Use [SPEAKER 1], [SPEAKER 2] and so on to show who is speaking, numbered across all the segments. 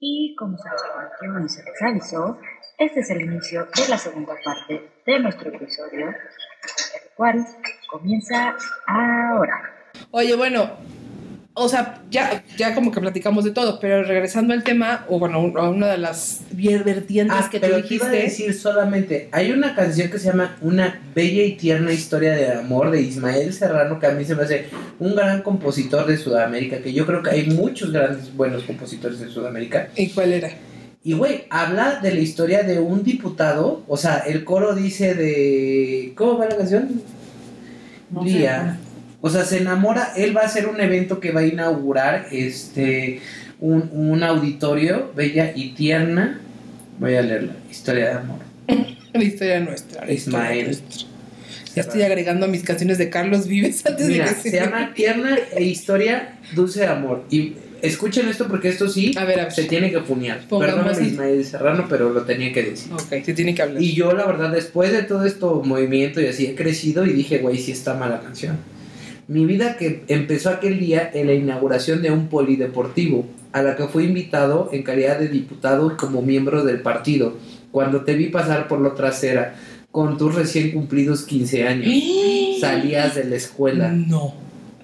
[SPEAKER 1] Y como se anunció y se les avisó, este es el inicio de la segunda parte de nuestro episodio, el cual comienza ahora.
[SPEAKER 2] Oye, bueno, o sea, ya, ya como que platicamos de todo, pero regresando al tema, o bueno, a una de las vertientes
[SPEAKER 3] Ah,
[SPEAKER 2] que tú
[SPEAKER 3] pero te iba
[SPEAKER 2] dijiste.
[SPEAKER 3] a decir solamente, hay una canción que se llama Una bella y tierna historia de amor de Ismael Serrano, que a mí se me hace un gran compositor de Sudamérica, que yo creo que hay muchos grandes buenos compositores de Sudamérica.
[SPEAKER 2] ¿Y cuál era?
[SPEAKER 3] Y güey, habla de la historia de un diputado, o sea, el coro dice de... ¿Cómo va la canción?
[SPEAKER 2] No sé.
[SPEAKER 3] Día. O sea, se enamora, él va a hacer un evento que va a inaugurar este un, un auditorio bella y tierna. Voy a leerla, historia de amor.
[SPEAKER 2] La historia nuestra. la historia
[SPEAKER 3] Ismael.
[SPEAKER 2] nuestra. Ya estoy agregando a mis canciones de Carlos Vives antes
[SPEAKER 3] Mira,
[SPEAKER 2] de que
[SPEAKER 3] se llama Tierna e Historia Dulce de Amor. Y escuchen esto porque esto sí
[SPEAKER 2] A ver, a ver.
[SPEAKER 3] se tiene que punear.
[SPEAKER 2] Pongamos
[SPEAKER 3] Perdóname
[SPEAKER 2] el-
[SPEAKER 3] Ismael Serrano, pero lo tenía que decir.
[SPEAKER 2] Ok, se tiene que hablar.
[SPEAKER 3] Y yo, la verdad, después de todo esto movimiento y así, he crecido y dije, güey, sí está mala canción. Mi vida que empezó aquel día en la inauguración de un polideportivo, a la que fui invitado en calidad de diputado como miembro del partido, cuando te vi pasar por la trasera con tus recién cumplidos 15 años. Salías de la escuela
[SPEAKER 2] No.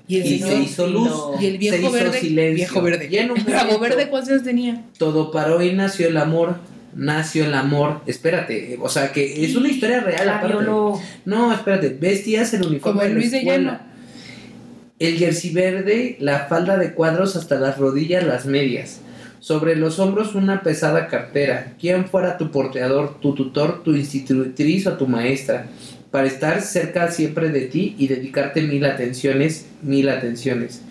[SPEAKER 2] Y el,
[SPEAKER 3] y
[SPEAKER 2] señor-
[SPEAKER 3] se hizo luz.
[SPEAKER 2] y el
[SPEAKER 3] se
[SPEAKER 2] viejo
[SPEAKER 3] hizo
[SPEAKER 2] verde.
[SPEAKER 3] silencio.
[SPEAKER 2] Viejo verde.
[SPEAKER 3] Y en un
[SPEAKER 2] Rabo
[SPEAKER 3] momento-
[SPEAKER 2] verde, ¿cuántos años tenía?
[SPEAKER 3] todo paró y nació el amor. Nació el amor. Espérate, eh, o sea que es una historia real.
[SPEAKER 4] Ah,
[SPEAKER 3] aparte.
[SPEAKER 4] Raviolo.
[SPEAKER 3] No, espérate, vestías el uniforme
[SPEAKER 2] Como
[SPEAKER 3] de
[SPEAKER 2] el
[SPEAKER 3] la
[SPEAKER 2] Luis de
[SPEAKER 3] escuela.
[SPEAKER 2] Llano.
[SPEAKER 3] El jersey verde, la falda de cuadros hasta las rodillas, las medias. Sobre los hombros una pesada cartera. Quien fuera tu porteador, tu tutor, tu institutriz o tu maestra. Para estar cerca siempre de ti y dedicarte mil atenciones, mil atenciones.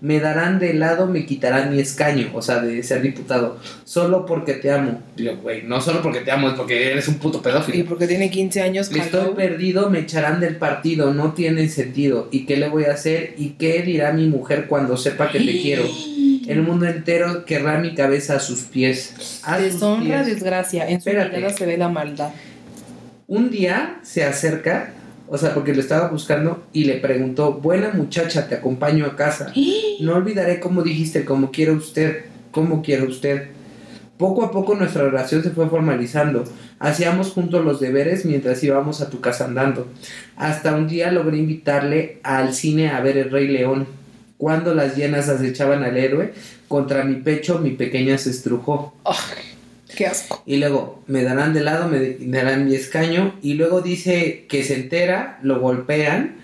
[SPEAKER 3] Me darán de lado, me quitarán mi escaño, o sea, de ser diputado. Solo porque te amo. Digo, güey, no solo porque te amo, es porque eres un puto pedófilo.
[SPEAKER 2] Y porque tiene 15 años.
[SPEAKER 3] Le
[SPEAKER 2] jaló.
[SPEAKER 3] Estoy perdido, me echarán del partido, no tiene sentido. ¿Y qué le voy a hacer? ¿Y qué dirá mi mujer cuando sepa que te quiero?
[SPEAKER 2] ¡Ah!
[SPEAKER 3] El mundo entero querrá mi cabeza a sus pies. A sus
[SPEAKER 2] Deshonra,
[SPEAKER 3] pies.
[SPEAKER 2] desgracia. En su
[SPEAKER 3] Espérate.
[SPEAKER 2] mirada se ve la maldad.
[SPEAKER 3] Un día se acerca, o sea, porque lo estaba buscando y le preguntó, buena muchacha, te acompaño a casa. No olvidaré cómo dijiste, cómo quiere usted, cómo quiere usted. Poco a poco nuestra relación se fue formalizando. Hacíamos juntos los deberes mientras íbamos a tu casa andando. Hasta un día logré invitarle al cine a ver El Rey León. Cuando las llenas acechaban al héroe, contra mi pecho mi pequeña se estrujó.
[SPEAKER 2] Qué asco.
[SPEAKER 3] Y luego me darán de lado, me de- darán mi escaño. Y luego dice que se entera, lo golpean,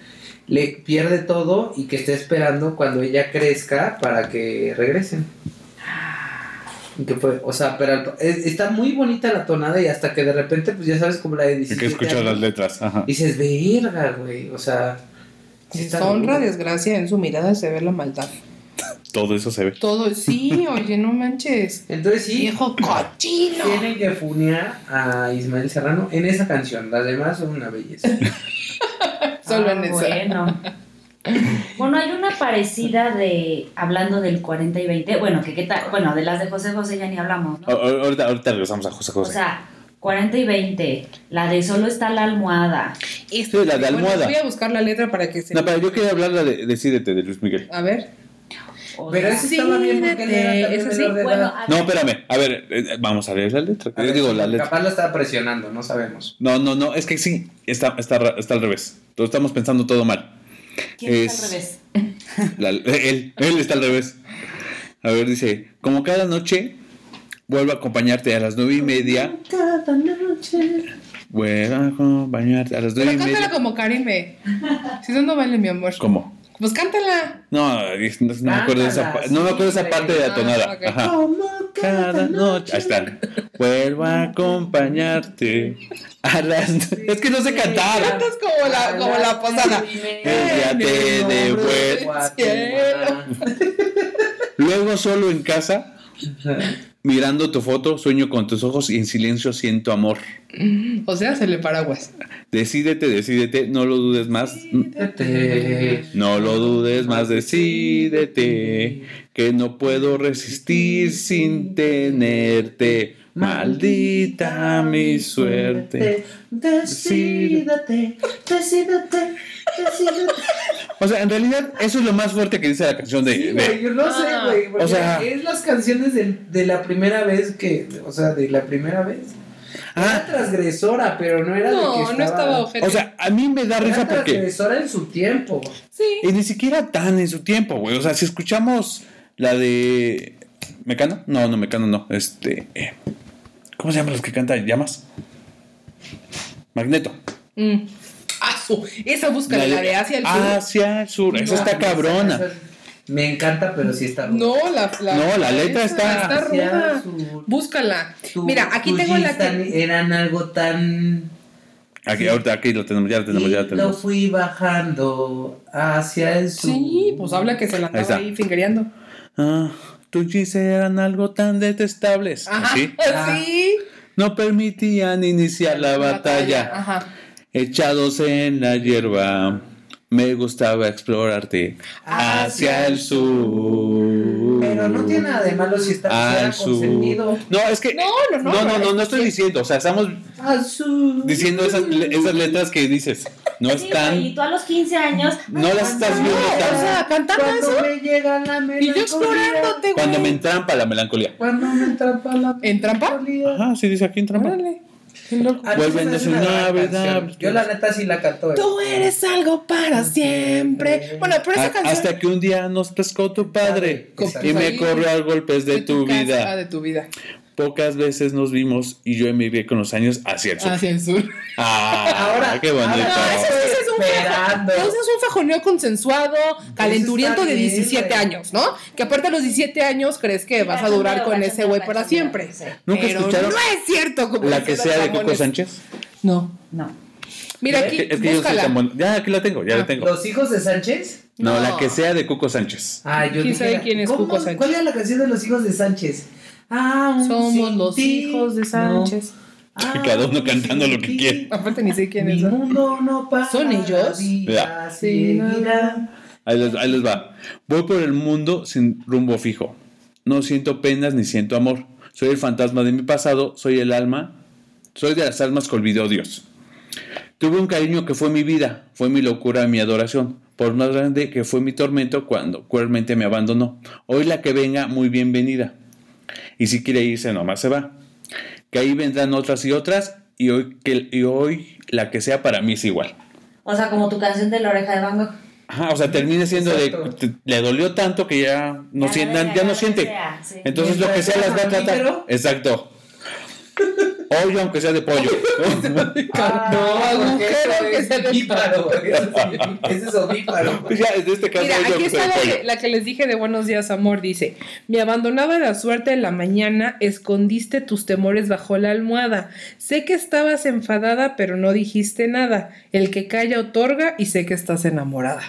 [SPEAKER 3] le pierde todo y que está esperando cuando ella crezca para que regresen. Y Que fue, o sea, pero al- es- está muy bonita la tonada y hasta que de repente, pues ya sabes como la de
[SPEAKER 5] Y
[SPEAKER 3] 17
[SPEAKER 5] que escuchas
[SPEAKER 3] años,
[SPEAKER 5] las letras. Ajá.
[SPEAKER 3] Dices, verga, güey. O sea, sí está
[SPEAKER 2] Deshonra,
[SPEAKER 3] duro.
[SPEAKER 2] desgracia. En su mirada se ve la maldad.
[SPEAKER 5] Todo eso se ve.
[SPEAKER 2] Todo. Sí, oye, no manches.
[SPEAKER 3] Entonces sí,
[SPEAKER 2] Viejo cochino.
[SPEAKER 3] tienen que funear a Ismael Serrano en esa canción. Las demás son una belleza.
[SPEAKER 2] Solo
[SPEAKER 4] Ah,
[SPEAKER 2] en esa.
[SPEAKER 4] Bueno. Bueno, hay una parecida de, hablando del 40 y 20, bueno, que qué tal, bueno, de las de José José ya ni hablamos, ¿no?
[SPEAKER 5] A- a- Ahorita, ahorita regresamos a Ah, José
[SPEAKER 4] O
[SPEAKER 5] José.
[SPEAKER 4] sea, 40 y 20, la de solo está la almohada.
[SPEAKER 5] Sí, la de
[SPEAKER 2] Este, Bueno,
[SPEAKER 5] almohada.
[SPEAKER 2] voy a buscar la letra para que se.
[SPEAKER 5] no, pero yo quería hablar la de Decídete de Luis Miguel.
[SPEAKER 2] A ver.
[SPEAKER 4] O
[SPEAKER 3] Pero
[SPEAKER 4] sea,
[SPEAKER 3] ese estaba bien porque él era también
[SPEAKER 2] Ese sí,
[SPEAKER 3] menor de
[SPEAKER 4] bueno,
[SPEAKER 3] edad.
[SPEAKER 4] a
[SPEAKER 5] No,
[SPEAKER 4] ver,
[SPEAKER 5] espérame. A ver, eh, vamos a leer la letra.
[SPEAKER 3] A ver,
[SPEAKER 5] digo, la letra.
[SPEAKER 3] Capaz lo estaba presionando, no sabemos.
[SPEAKER 5] No, no, no, es que sí, está, está, ra- está al revés. Lo estamos pensando todo mal.
[SPEAKER 4] ¿quién está
[SPEAKER 5] es-
[SPEAKER 4] al revés?
[SPEAKER 5] La- él, él está al revés. A ver, dice, como cada noche vuelvo a acompañarte a las nueve y media.
[SPEAKER 3] Cada noche.
[SPEAKER 5] Vuelvo a acompañarte a las nueve y
[SPEAKER 2] Pero cántala
[SPEAKER 5] media.
[SPEAKER 2] como Karime. Si no, no vale, mi amor.
[SPEAKER 5] ¿Cómo?
[SPEAKER 2] Pues cántala.
[SPEAKER 5] No, es- no, no me acuerdo de esa, pa-
[SPEAKER 3] Cántala,
[SPEAKER 5] no me acuerdo de
[SPEAKER 3] sí,
[SPEAKER 5] esa parte de
[SPEAKER 2] ah,
[SPEAKER 5] la tonada.
[SPEAKER 2] ok.
[SPEAKER 5] Ajá.
[SPEAKER 3] Como
[SPEAKER 5] Cada noche. Ahí está. Vuelvo a acompañarte a las. Es que no sé cantar.
[SPEAKER 2] Cantas como la, como la posada.
[SPEAKER 5] Ella te devuelve. Luego solo en casa, mirando tu foto, sueño con tus ojos y en silencio siento amor.
[SPEAKER 2] O sea, se le paraguas.
[SPEAKER 5] Decídete, decídete, no lo dudes más. No lo dudes más, decídete. Que no puedo resistir sin tenerte. Maldita mi suerte.
[SPEAKER 3] Decídate, decídate, decídate.
[SPEAKER 5] O sea, en realidad, eso es lo más fuerte que dice la canción de.
[SPEAKER 3] Sí,
[SPEAKER 5] de-
[SPEAKER 3] güey, yo no sé,
[SPEAKER 2] Ah.
[SPEAKER 3] güey. porque
[SPEAKER 5] O sea-
[SPEAKER 3] es las canciones de, de la primera vez que. O sea, de la primera vez. Era
[SPEAKER 5] Ah,
[SPEAKER 3] transgresora, pero no era de que
[SPEAKER 2] No,
[SPEAKER 3] estaba.
[SPEAKER 2] no estaba ojete.
[SPEAKER 5] o sea, a mí me da risa
[SPEAKER 3] Era
[SPEAKER 5] porque.
[SPEAKER 3] transgresora en su tiempo.
[SPEAKER 2] sí.
[SPEAKER 5] Y ni siquiera tan en su tiempo, güey. O sea, si escuchamos la de. ¿Mecano? No, no, Mecano no. Este. eh, ¿Cómo se llaman los que cantan llamas? Magneto.
[SPEAKER 2] Mm. Ah, su- Esa busca la, de hacia el sur.
[SPEAKER 5] Hacia el sur. Esa
[SPEAKER 2] No,
[SPEAKER 5] está cabrona.
[SPEAKER 3] Ah, Esa- Me encanta, pero sí está.
[SPEAKER 2] No, la, la,
[SPEAKER 5] No, la letra
[SPEAKER 2] esa
[SPEAKER 5] está-
[SPEAKER 2] está ruda.
[SPEAKER 3] Su-
[SPEAKER 2] Búscala.
[SPEAKER 3] tu-
[SPEAKER 2] Mira, aquí
[SPEAKER 3] tus
[SPEAKER 2] tengo la
[SPEAKER 3] jeans tan-
[SPEAKER 2] que.
[SPEAKER 3] Eran algo tan.
[SPEAKER 5] Aquí, ahorita, aquí lo tenemos, ya lo tenemos,
[SPEAKER 3] y
[SPEAKER 5] ya lo
[SPEAKER 3] lo
[SPEAKER 5] tenemos.
[SPEAKER 3] fui bajando hacia el sur.
[SPEAKER 2] Sí, pues habla que se la
[SPEAKER 5] Ahí está.
[SPEAKER 2] andaba ahí fingereando.
[SPEAKER 5] Ah, tus jeans eran algo tan detestables.
[SPEAKER 2] Ajá.
[SPEAKER 5] Así.
[SPEAKER 3] Ah.
[SPEAKER 2] Sí.
[SPEAKER 5] No permitían iniciar la batalla.
[SPEAKER 2] Ajá.
[SPEAKER 5] Echados en la hierba, me gustaba explorarte hacia el sur.
[SPEAKER 3] Pero no tiene nada de malo si está si era
[SPEAKER 5] Al
[SPEAKER 3] consentido.
[SPEAKER 5] Ah, sur. No, es que.
[SPEAKER 2] No, no, no.
[SPEAKER 5] No, no, no, no estoy diciendo. O sea, estamos
[SPEAKER 3] Al sur.
[SPEAKER 5] diciendo esas, le- esas letras que dices. No
[SPEAKER 4] Sí, güey, Y
[SPEAKER 5] están.
[SPEAKER 4] tú a los 15 años.
[SPEAKER 5] No las estás
[SPEAKER 2] No,
[SPEAKER 5] viendo
[SPEAKER 2] o
[SPEAKER 5] tan-
[SPEAKER 2] sea, cantando eso.
[SPEAKER 3] Cuando me llega la
[SPEAKER 2] Y yo
[SPEAKER 3] melancolía.
[SPEAKER 2] explorándote, güey.
[SPEAKER 5] Cuando me entrampa la melancolía.
[SPEAKER 3] Cuando me entrapa la
[SPEAKER 2] ¿En trampa?
[SPEAKER 3] melancolía.
[SPEAKER 5] Ajá, sí dice aquí entrampa.
[SPEAKER 2] Órale. Qué loco.
[SPEAKER 3] A mí se me
[SPEAKER 5] Vuelven
[SPEAKER 3] hace
[SPEAKER 5] de
[SPEAKER 3] Ah, una
[SPEAKER 5] su
[SPEAKER 3] gran
[SPEAKER 5] Navidad.
[SPEAKER 3] canción. Yo la neta sí la canto. eh.
[SPEAKER 2] Tú eres algo para siempre. Bueno, pero esa
[SPEAKER 5] A-
[SPEAKER 2] canción.
[SPEAKER 5] Ah, Hasta que un día nos pescó tu padre
[SPEAKER 3] Exacto.
[SPEAKER 5] y me
[SPEAKER 2] Ahí.
[SPEAKER 5] cobró a golpes de tu
[SPEAKER 2] casa-
[SPEAKER 5] vida.
[SPEAKER 2] Ah, de tu vida.
[SPEAKER 5] Pocas veces nos vimos y yo emigré con los años hacia el sur.
[SPEAKER 2] Hacia el sur.
[SPEAKER 5] Ah,
[SPEAKER 3] Ahora-
[SPEAKER 5] qué bonito.
[SPEAKER 3] ahora-
[SPEAKER 2] No, eso, sí es un
[SPEAKER 3] Esperando.
[SPEAKER 2] fajo- eso es un fajoneo consensuado,
[SPEAKER 5] Pues
[SPEAKER 2] calenturiento de
[SPEAKER 3] bien,
[SPEAKER 2] 17
[SPEAKER 3] güey.
[SPEAKER 2] años, ¿no? Que aparte a los 17 años crees que vas a
[SPEAKER 4] cachondeo,
[SPEAKER 2] durar con ese
[SPEAKER 4] cachondeo,
[SPEAKER 2] güey para
[SPEAKER 4] cachondeo,
[SPEAKER 2] siempre.
[SPEAKER 4] sí.
[SPEAKER 5] ¿Nunca
[SPEAKER 2] Pero
[SPEAKER 5] escucharon
[SPEAKER 2] No es cierto. como
[SPEAKER 5] la
[SPEAKER 2] dicen
[SPEAKER 5] que
[SPEAKER 2] los
[SPEAKER 5] sea de Coco
[SPEAKER 2] jamones.
[SPEAKER 5] Sánchez.
[SPEAKER 2] No.
[SPEAKER 4] No.
[SPEAKER 2] Mira
[SPEAKER 5] Es
[SPEAKER 2] aquí,
[SPEAKER 5] que- es que yo soy
[SPEAKER 2] búscala.
[SPEAKER 5] tan bueno. Ya, aquí la tengo, ya la
[SPEAKER 2] Ah.
[SPEAKER 5] tengo.
[SPEAKER 3] Los hijos de Sánchez.
[SPEAKER 5] No,
[SPEAKER 2] No.
[SPEAKER 5] la que sea de Coco Sánchez.
[SPEAKER 3] Ah, yo
[SPEAKER 2] ¿Quién
[SPEAKER 3] dije
[SPEAKER 2] sabe
[SPEAKER 3] la-
[SPEAKER 2] quién es
[SPEAKER 3] ¿Cómo-
[SPEAKER 2] Cuco Sánchez?
[SPEAKER 3] ¿Cuál era la canción de los hijos de Sánchez? Ah, un
[SPEAKER 2] Somos
[SPEAKER 3] sin
[SPEAKER 2] los
[SPEAKER 3] ti.
[SPEAKER 2] hijos de
[SPEAKER 3] No.
[SPEAKER 2] Sánchez.
[SPEAKER 3] Ah,
[SPEAKER 5] Cada uno
[SPEAKER 3] un
[SPEAKER 5] cantando
[SPEAKER 3] sin
[SPEAKER 5] lo que
[SPEAKER 3] ti.
[SPEAKER 5] quiere.
[SPEAKER 2] Aparte ni sé quién
[SPEAKER 3] Mi
[SPEAKER 2] es. ¿no?
[SPEAKER 3] mundo no para.
[SPEAKER 2] ¿Son ellos?
[SPEAKER 3] la vida,
[SPEAKER 5] Ya.
[SPEAKER 3] seguirá.
[SPEAKER 5] Ahí les, ahí les va. Voy por el mundo sin rumbo fijo. No siento penas ni siento amor. Soy el fantasma de mi pasado, soy el alma, soy de las almas que olvidó Dios. Tuve un cariño que fue mi vida, fue mi locura, mi adoración, por más grande que fue mi tormento cuando cruelmente me abandonó. Hoy la que venga, muy bienvenida. Y si quiere irse, nomás se va. Que ahí vendrán otras y otras, y hoy, que, y hoy la que sea para mí es igual.
[SPEAKER 4] O sea, como tu canción de la oreja de Van Gogh.
[SPEAKER 5] Ajá, o sea, termina siendo
[SPEAKER 3] Exacto.
[SPEAKER 5] de. te- le dolió tanto que ya no,
[SPEAKER 4] Ya
[SPEAKER 5] sientan-
[SPEAKER 4] no-
[SPEAKER 5] ya
[SPEAKER 4] ya
[SPEAKER 5] no
[SPEAKER 4] no
[SPEAKER 5] siente.
[SPEAKER 4] sea, sí.
[SPEAKER 5] Entonces lo que sea las va a
[SPEAKER 3] Mientras sea
[SPEAKER 5] tratar.
[SPEAKER 3] mamífero.
[SPEAKER 5] Exacto. Hoyo, aunque sea de pollo.
[SPEAKER 3] Ah,
[SPEAKER 2] No,
[SPEAKER 3] porque eso
[SPEAKER 2] agujero que
[SPEAKER 3] es
[SPEAKER 2] se le-
[SPEAKER 3] ovíparo, eso sí, Ese es ovíparo.
[SPEAKER 5] Pues ya, en este caso,
[SPEAKER 2] Mira,
[SPEAKER 5] hoyo,
[SPEAKER 2] aquí
[SPEAKER 5] aunque sea
[SPEAKER 2] está
[SPEAKER 5] de
[SPEAKER 2] la que,
[SPEAKER 5] pollo.
[SPEAKER 2] la que les dije de Buenos Días, amor. Dice: Me abandonaba la suerte en la mañana, escondiste tus temores bajo la almohada. Sé que estabas enfadada, pero no dijiste nada. El que calla otorga y sé que estás enamorada.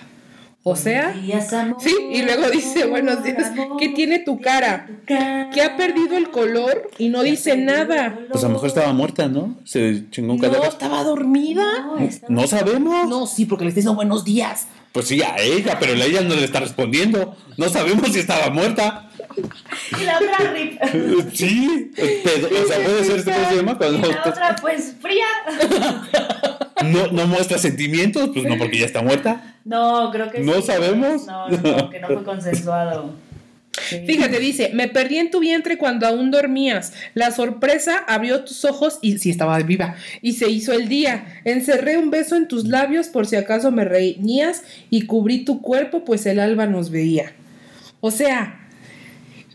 [SPEAKER 2] O sea,
[SPEAKER 4] Buenos días, amor,
[SPEAKER 2] sí, y luego dice, buenos días,
[SPEAKER 4] amor,
[SPEAKER 2] ¿qué tiene tu cara?
[SPEAKER 4] tu cara?
[SPEAKER 2] que ha perdido el color y no
[SPEAKER 4] Que ha
[SPEAKER 2] dice
[SPEAKER 4] perdido el
[SPEAKER 2] nada.
[SPEAKER 4] color.
[SPEAKER 5] Pues a lo mejor estaba muerta, ¿no? Se chingó un
[SPEAKER 2] No,
[SPEAKER 5] cadáver.
[SPEAKER 2] estaba dormida.
[SPEAKER 4] No, estaba-
[SPEAKER 5] No sabemos.
[SPEAKER 2] No, sí, porque le está diciendo buenos días.
[SPEAKER 5] Pues sí, a ella, pero la ella no le está respondiendo. No sabemos si estaba muerta.
[SPEAKER 4] Y la otra rip.
[SPEAKER 5] Sí. Pero, o sea, puede ser este problema
[SPEAKER 4] Y
[SPEAKER 5] cuando
[SPEAKER 4] la otra, pues, fría.
[SPEAKER 5] no, no muestra sentimientos, pues no, porque ya está muerta.
[SPEAKER 4] No, creo que
[SPEAKER 5] No
[SPEAKER 4] sí.
[SPEAKER 5] sabemos.
[SPEAKER 4] No, no, no, que no fue consensuado. Sí.
[SPEAKER 2] Fíjate, dice, me perdí en tu vientre cuando aún dormías. La sorpresa abrió tus ojos y sí estaba viva. Y se hizo el día. Encerré un beso en tus labios por si acaso me reñías y cubrí tu cuerpo pues el alba nos veía. O sea,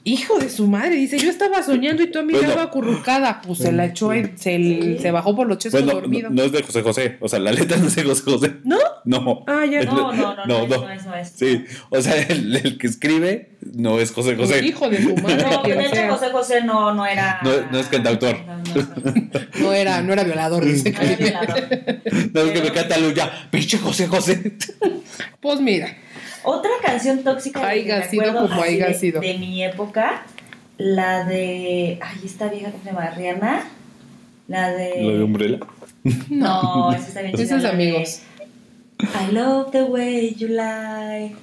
[SPEAKER 2] hijo de su madre, dice, yo estaba soñando y tú a mí
[SPEAKER 5] Bueno.
[SPEAKER 2] estaba acurrucada. Pues se la echó, en- se, se bajó por los chescos
[SPEAKER 5] Bueno, Pues no,
[SPEAKER 2] dormido.
[SPEAKER 5] no es de José José. O sea, la letra no es de José José.
[SPEAKER 2] ¿No?
[SPEAKER 5] No.
[SPEAKER 2] Ah, ya.
[SPEAKER 4] No, no, no,
[SPEAKER 5] No,
[SPEAKER 4] no,
[SPEAKER 5] no.
[SPEAKER 4] es, no es, no es.
[SPEAKER 5] Sí, o sea, el, el que escribe no es José José.
[SPEAKER 2] Hijo de su madre.
[SPEAKER 4] No,
[SPEAKER 2] que
[SPEAKER 4] de
[SPEAKER 2] o sea,
[SPEAKER 4] hecho José José no, no era.
[SPEAKER 5] No- no es cantautor.
[SPEAKER 4] No, no, no.
[SPEAKER 2] no era, no era violador. dice.
[SPEAKER 4] No era violador.
[SPEAKER 5] No es que me canta Lu, ya, pinche José José.
[SPEAKER 2] Pues mira,
[SPEAKER 4] Otra canción tóxica de
[SPEAKER 2] Haiga
[SPEAKER 4] que me
[SPEAKER 2] sido
[SPEAKER 4] acuerdo
[SPEAKER 2] como
[SPEAKER 4] así
[SPEAKER 2] haiga
[SPEAKER 4] de,
[SPEAKER 2] sido.
[SPEAKER 4] de mi época, la de. Ay, esta vieja que se llama Rihanna. La de.
[SPEAKER 5] Lo de Umbrella.
[SPEAKER 4] No, esa está bien chida,
[SPEAKER 2] esos
[SPEAKER 4] la de
[SPEAKER 2] amigos.
[SPEAKER 4] I love the way you lie.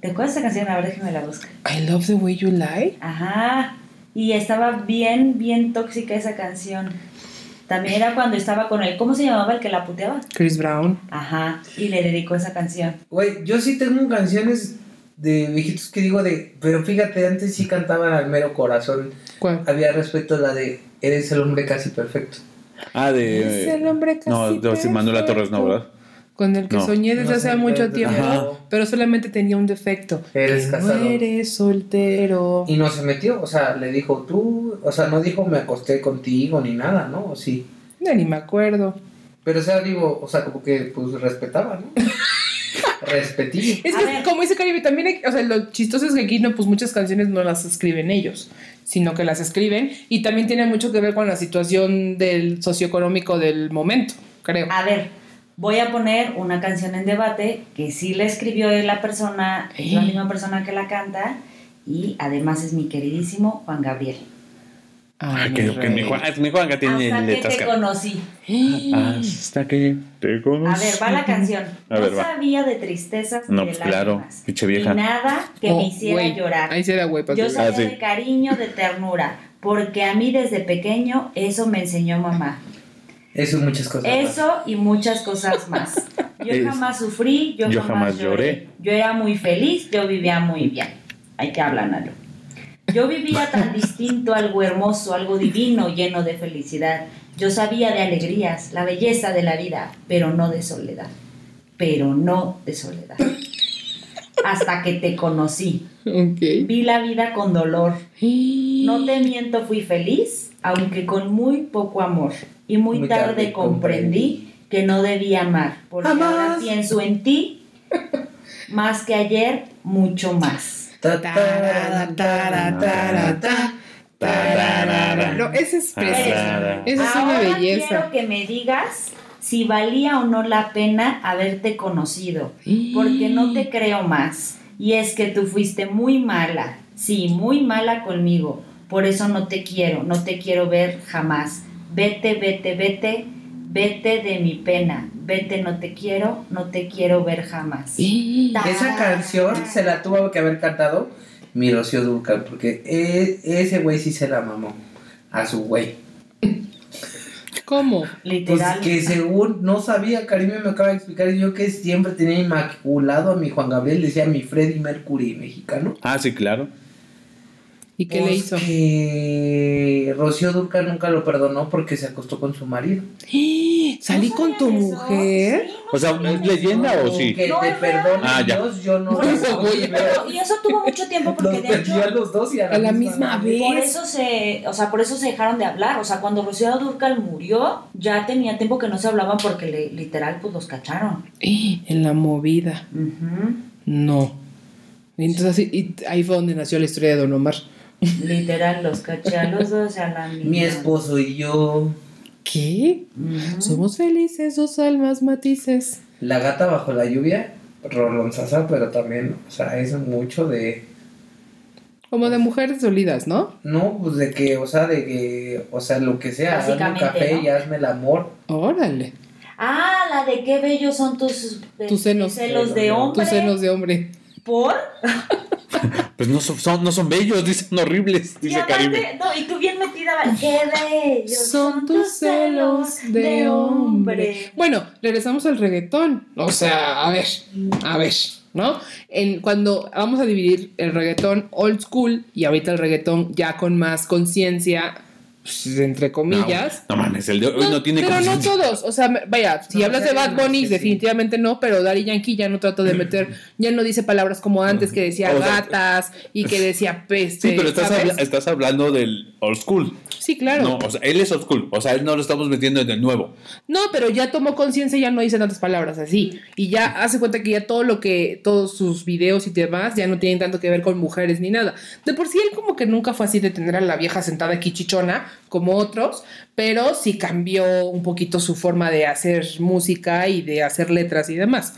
[SPEAKER 4] ¿Te acuerdas de esa canción? A ver, déjame la buscar.
[SPEAKER 2] I love the way you lie.
[SPEAKER 4] Ajá. Y estaba bien, bien tóxica esa canción. También era cuando estaba con él. ¿Cómo se llamaba el que la puteaba?
[SPEAKER 2] Chris Brown.
[SPEAKER 4] Ajá. Y le dedicó esa canción.
[SPEAKER 3] Güey, yo sí tengo canciones de viejitos que digo de. Pero fíjate, antes sí cantaban al mero corazón.
[SPEAKER 2] ¿Cuál?
[SPEAKER 3] Había respeto a la de Eres el hombre casi perfecto.
[SPEAKER 5] Ah, de.
[SPEAKER 2] Es el hombre casi
[SPEAKER 5] no, de
[SPEAKER 2] perfecto.
[SPEAKER 5] Manuela Torres, no, ¿verdad?
[SPEAKER 2] Con el que
[SPEAKER 5] No.
[SPEAKER 2] soñé desde
[SPEAKER 3] No
[SPEAKER 2] hace
[SPEAKER 3] sé,
[SPEAKER 2] mucho
[SPEAKER 3] pero-
[SPEAKER 2] tiempo,
[SPEAKER 3] Ajá.
[SPEAKER 2] pero solamente tenía un defecto.
[SPEAKER 3] Eres
[SPEAKER 2] que
[SPEAKER 3] casado.
[SPEAKER 2] No eres soltero.
[SPEAKER 3] Y no se metió, o sea, le dijo tú. O sea, no dijo me acosté contigo ni nada, ¿no? O sí.
[SPEAKER 2] No, ni me acuerdo.
[SPEAKER 3] Pero, o sea, digo, o sea, como que pues respetaba, ¿no? Respetí.
[SPEAKER 2] Es
[SPEAKER 4] A
[SPEAKER 2] que,
[SPEAKER 4] ver.
[SPEAKER 2] como dice Caribe, también, hay- o sea, lo chistoso es que aquí no, pues muchas canciones no las escriben ellos, sino que las escriben y también tiene mucho que ver con la situación del socioeconómico del momento, creo.
[SPEAKER 4] A ver, voy a poner una canción en debate que sí la escribió la persona, es la
[SPEAKER 2] Sí.
[SPEAKER 4] misma persona que la canta. Y además es mi queridísimo Juan Gabriel.
[SPEAKER 5] Ah, que, que mi, Juan, mi Juanga tiene
[SPEAKER 4] Hasta que
[SPEAKER 5] letras
[SPEAKER 4] te
[SPEAKER 5] ca-
[SPEAKER 4] conocí.
[SPEAKER 5] Ah. Hasta que te conocí.
[SPEAKER 4] A ver, va la canción.
[SPEAKER 5] A ver,
[SPEAKER 4] no
[SPEAKER 5] va.
[SPEAKER 4] sabía de tristezas ni
[SPEAKER 5] No,
[SPEAKER 4] de
[SPEAKER 5] pues claro,
[SPEAKER 4] lágrimas,
[SPEAKER 5] pinche
[SPEAKER 4] ni
[SPEAKER 5] vieja. ah,
[SPEAKER 4] nada que me hiciera llorar.
[SPEAKER 2] Ahí será Oh, güey, pues, para
[SPEAKER 4] Yo
[SPEAKER 2] que-
[SPEAKER 4] sabía
[SPEAKER 5] sí.
[SPEAKER 4] de cariño, de ternura, porque a mí desde pequeño eso me enseñó mamá.
[SPEAKER 3] Eso y muchas cosas. más.
[SPEAKER 4] Eso y muchas cosas más. Yo
[SPEAKER 5] Es-
[SPEAKER 4] jamás sufrí, yo,
[SPEAKER 5] yo
[SPEAKER 4] jamás
[SPEAKER 5] jamás
[SPEAKER 4] lloré.
[SPEAKER 5] lloré.
[SPEAKER 4] Yo era muy feliz, yo vivía muy bien. Hay que hablar, Nadia. Yo vivía tan distinto, algo hermoso, algo divino, lleno de felicidad. Yo sabía de alegrías, la belleza de la vida, pero no de soledad. Pero no de soledad. Hasta que te conocí.
[SPEAKER 2] Ok.
[SPEAKER 4] Vi la vida con dolor, no te miento, fui feliz, aunque con muy poco amor. Y muy,
[SPEAKER 3] Muy
[SPEAKER 4] tarde,
[SPEAKER 3] tarde
[SPEAKER 4] comprendí que no debía amar, porque ahora
[SPEAKER 3] Jamás.
[SPEAKER 4] pienso en ti más que ayer, mucho más.
[SPEAKER 3] Ta,
[SPEAKER 2] Tarara, tarara, tarara, ta, tarara. No, ese es precioso.
[SPEAKER 5] Tarara.
[SPEAKER 2] Esa es una
[SPEAKER 4] ahora
[SPEAKER 2] belleza.
[SPEAKER 4] quiero que me digas si valía o no la pena haberte conocido, porque no te creo más. Y es que tú fuiste muy mala, sí, muy mala conmigo. Por eso no te quiero, no te quiero ver jamás. Vete, vete, vete, vete de mi pena. Vete, no te quiero, no te quiero ver jamás.
[SPEAKER 3] Esa canción se la tuvo que haber cantado mi Rocío Durcal, porque e- ese güey sí se la mamó a su güey.
[SPEAKER 2] ¿Cómo?
[SPEAKER 3] Pues
[SPEAKER 4] Literal.
[SPEAKER 3] que según no sabía, Karim me acaba de explicar, y yo que siempre tenía inmaculado a mi Juan Gabriel, decía mi Freddie Mercury mexicano.
[SPEAKER 5] Ah, sí, claro.
[SPEAKER 2] ¿Y qué
[SPEAKER 3] Pues
[SPEAKER 2] le hizo?
[SPEAKER 3] Que Rocío Durcal nunca lo perdonó porque se acostó con su marido.
[SPEAKER 2] ¿Salí
[SPEAKER 4] ¿No
[SPEAKER 2] con tu
[SPEAKER 4] sabías eso?
[SPEAKER 2] mujer?
[SPEAKER 4] Sí, no
[SPEAKER 5] O sea,
[SPEAKER 4] sabías
[SPEAKER 5] ¿es leyenda o sí?
[SPEAKER 3] Que
[SPEAKER 4] No,
[SPEAKER 3] te
[SPEAKER 4] es real.
[SPEAKER 3] perdone
[SPEAKER 5] Ah, ya.
[SPEAKER 3] Dios, yo no.
[SPEAKER 4] Por
[SPEAKER 2] eso voy a-
[SPEAKER 4] Pero- y eso pues, tuvo mucho tiempo porque
[SPEAKER 3] Los
[SPEAKER 4] de
[SPEAKER 3] perdí
[SPEAKER 4] hecho
[SPEAKER 3] a los dos y a la,
[SPEAKER 2] A la misma vez.
[SPEAKER 4] por eso se, o sea, por eso se dejaron de hablar, o sea, cuando Rocío Durcal murió, ya tenía tiempo que no se hablaban porque le- literal pues los cacharon.
[SPEAKER 2] Eh, En la movida. No. Entonces así- y ahí fue donde nació la historia de Don Omar.
[SPEAKER 4] Literal los cacharon los dos a la misma.
[SPEAKER 3] Mi esposo y yo.
[SPEAKER 2] ¿Qué?
[SPEAKER 4] Ujú.
[SPEAKER 2] Somos felices, dos almas matices.
[SPEAKER 3] La gata bajo la lluvia, Rolón Sasa, pero también, o sea, es mucho de.
[SPEAKER 2] Como de mujeres dolidas, ¿no?
[SPEAKER 3] No, pues de que, o sea, de que, o sea, lo que sea, hazme un
[SPEAKER 4] Básicamente,
[SPEAKER 3] café
[SPEAKER 4] ¿no?
[SPEAKER 3] y hazme el amor.
[SPEAKER 2] Órale.
[SPEAKER 4] Ah, la de qué bellos son tus este,
[SPEAKER 2] Tus senos.
[SPEAKER 4] de hombre.
[SPEAKER 2] Tus senos de hombre.
[SPEAKER 4] Por
[SPEAKER 5] Pues no son, son- no son bellos, dicen horribles,
[SPEAKER 4] y
[SPEAKER 5] dice Caribe.
[SPEAKER 4] aparte, no, y tú bien metida, qué bellos
[SPEAKER 2] Son tus celos de hombre. Bueno, regresamos al reggaetón. O sea, a ver, a ver, ¿no? En, cuando vamos a dividir el reggaetón old school y ahorita el reggaetón ya con más conciencia, pues, entre comillas.
[SPEAKER 5] No, no mames, el de hoy no, tiene
[SPEAKER 2] pero no
[SPEAKER 5] conciencia.
[SPEAKER 2] todos, o sea, me- vaya, si
[SPEAKER 3] No,
[SPEAKER 2] hablas de
[SPEAKER 3] Daddy
[SPEAKER 2] Bad
[SPEAKER 3] Yankee,
[SPEAKER 2] Bunny,
[SPEAKER 3] sí.
[SPEAKER 2] definitivamente no, pero Daddy Yankee ya no trata de meter, ya no dice palabras como antes, que decía
[SPEAKER 5] O sea,
[SPEAKER 2] gatas y que decía peste.
[SPEAKER 5] Sí, pero estás,
[SPEAKER 2] ¿sabes?
[SPEAKER 5] habla- estás hablando del old school.
[SPEAKER 2] Sí, claro.
[SPEAKER 5] No,
[SPEAKER 2] No.
[SPEAKER 5] o sea, él es old school. O sea, él no lo estamos metiendo en el nuevo.
[SPEAKER 2] pero ya tomó conciencia y ya no dice tantas palabras así. Y ya hace cuenta que ya todo lo que, todos sus videos y demás ya no tienen tanto que ver con mujeres ni nada. De por sí él como que nunca fue así de tener a la vieja sentada aquí chichona como otros, pero sí cambió un poquito su forma de hacer música y de hacer letras y demás.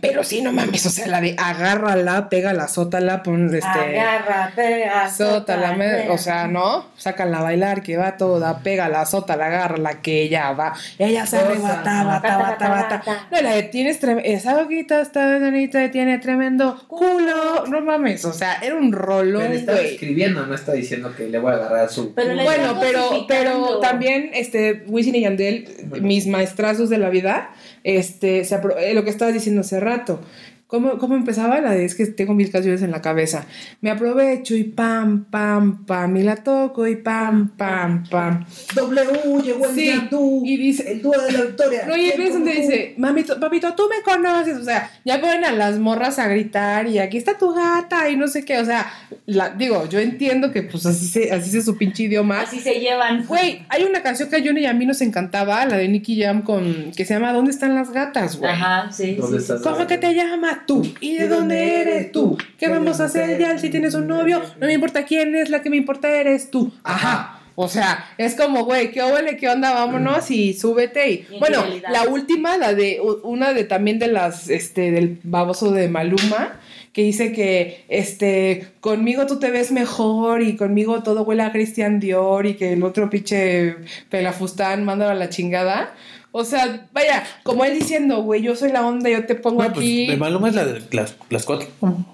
[SPEAKER 2] Pero sí, no mames, o sea, la de agárrala, pégala, sótala, pon este.
[SPEAKER 4] Agarra, pega,
[SPEAKER 2] Sótala,
[SPEAKER 4] sota,
[SPEAKER 2] me-
[SPEAKER 4] pega.
[SPEAKER 2] o sea, ¿no? Sácala a bailar, que va toda, pégala, sótala, agárrala, que ella va. Y ella sale,
[SPEAKER 3] Goza.
[SPEAKER 2] bata, bata, bata, bata. No, la de tienes trem- esa boquita está bonita, tiene tremendo culo. No mames, o sea, era un rolón,
[SPEAKER 3] Pero está
[SPEAKER 2] güey.
[SPEAKER 3] escribiendo, no está diciendo que le voy a agarrar su.
[SPEAKER 4] Pero le-
[SPEAKER 2] Bueno,
[SPEAKER 4] está
[SPEAKER 2] pero, pero
[SPEAKER 4] justificando.
[SPEAKER 2] también este, Wisin y Yandel,
[SPEAKER 3] Bueno.
[SPEAKER 2] mis maestrazos de la vida, este, se apro- eh, lo que estabas diciendo hace rato. ¿Cómo, ¿Cómo empezaba la de es que tengo mil canciones en la cabeza? Me aprovecho y pam, pam, pam, y la toco y pam, pam, pam.
[SPEAKER 3] W llegó el
[SPEAKER 2] Sí,
[SPEAKER 3] Yandú,
[SPEAKER 2] y dice-
[SPEAKER 3] el dúo de la victoria.
[SPEAKER 2] No, y ahí
[SPEAKER 3] ¿Quién
[SPEAKER 2] ves donde
[SPEAKER 3] como tú?
[SPEAKER 2] dice, mamito, papito, tú me conoces. O sea, ya ponen a las morras a gritar y aquí está tu gata y no sé qué. O sea, la, digo, yo entiendo que pues así se, así se su pinche idioma.
[SPEAKER 4] Así se llevan.
[SPEAKER 2] Güey, hay una canción que a Johnny y a mí nos encantaba, la de Nicky Jam, con, que se llama ¿Dónde están las gatas, güey?
[SPEAKER 4] Ajá, sí.
[SPEAKER 3] ¿Dónde
[SPEAKER 4] sí, sí.
[SPEAKER 3] estás?
[SPEAKER 2] ¿Cómo que te llamas tú? ¿Y de dónde eres tú? ¿Qué vamos a hacer ya si tienes un novio? No me importa quién es, la que me importa eres tú. Ajá. O sea, es como, güey, qué óvole, qué onda, vámonos y súbete. Y, bueno,
[SPEAKER 4] Infidelidad.
[SPEAKER 2] la última, la de u- una de también de las, este, del baboso de Maluma, que dice que, este, conmigo tú te ves mejor y conmigo todo huele a Christian Dior y que el otro pinche pelafustán manda a la chingada. O sea, vaya, como él diciendo, güey, yo soy la onda, yo te pongo
[SPEAKER 5] No, pues
[SPEAKER 2] aquí.
[SPEAKER 5] de Maluma es la de las, las cuatro.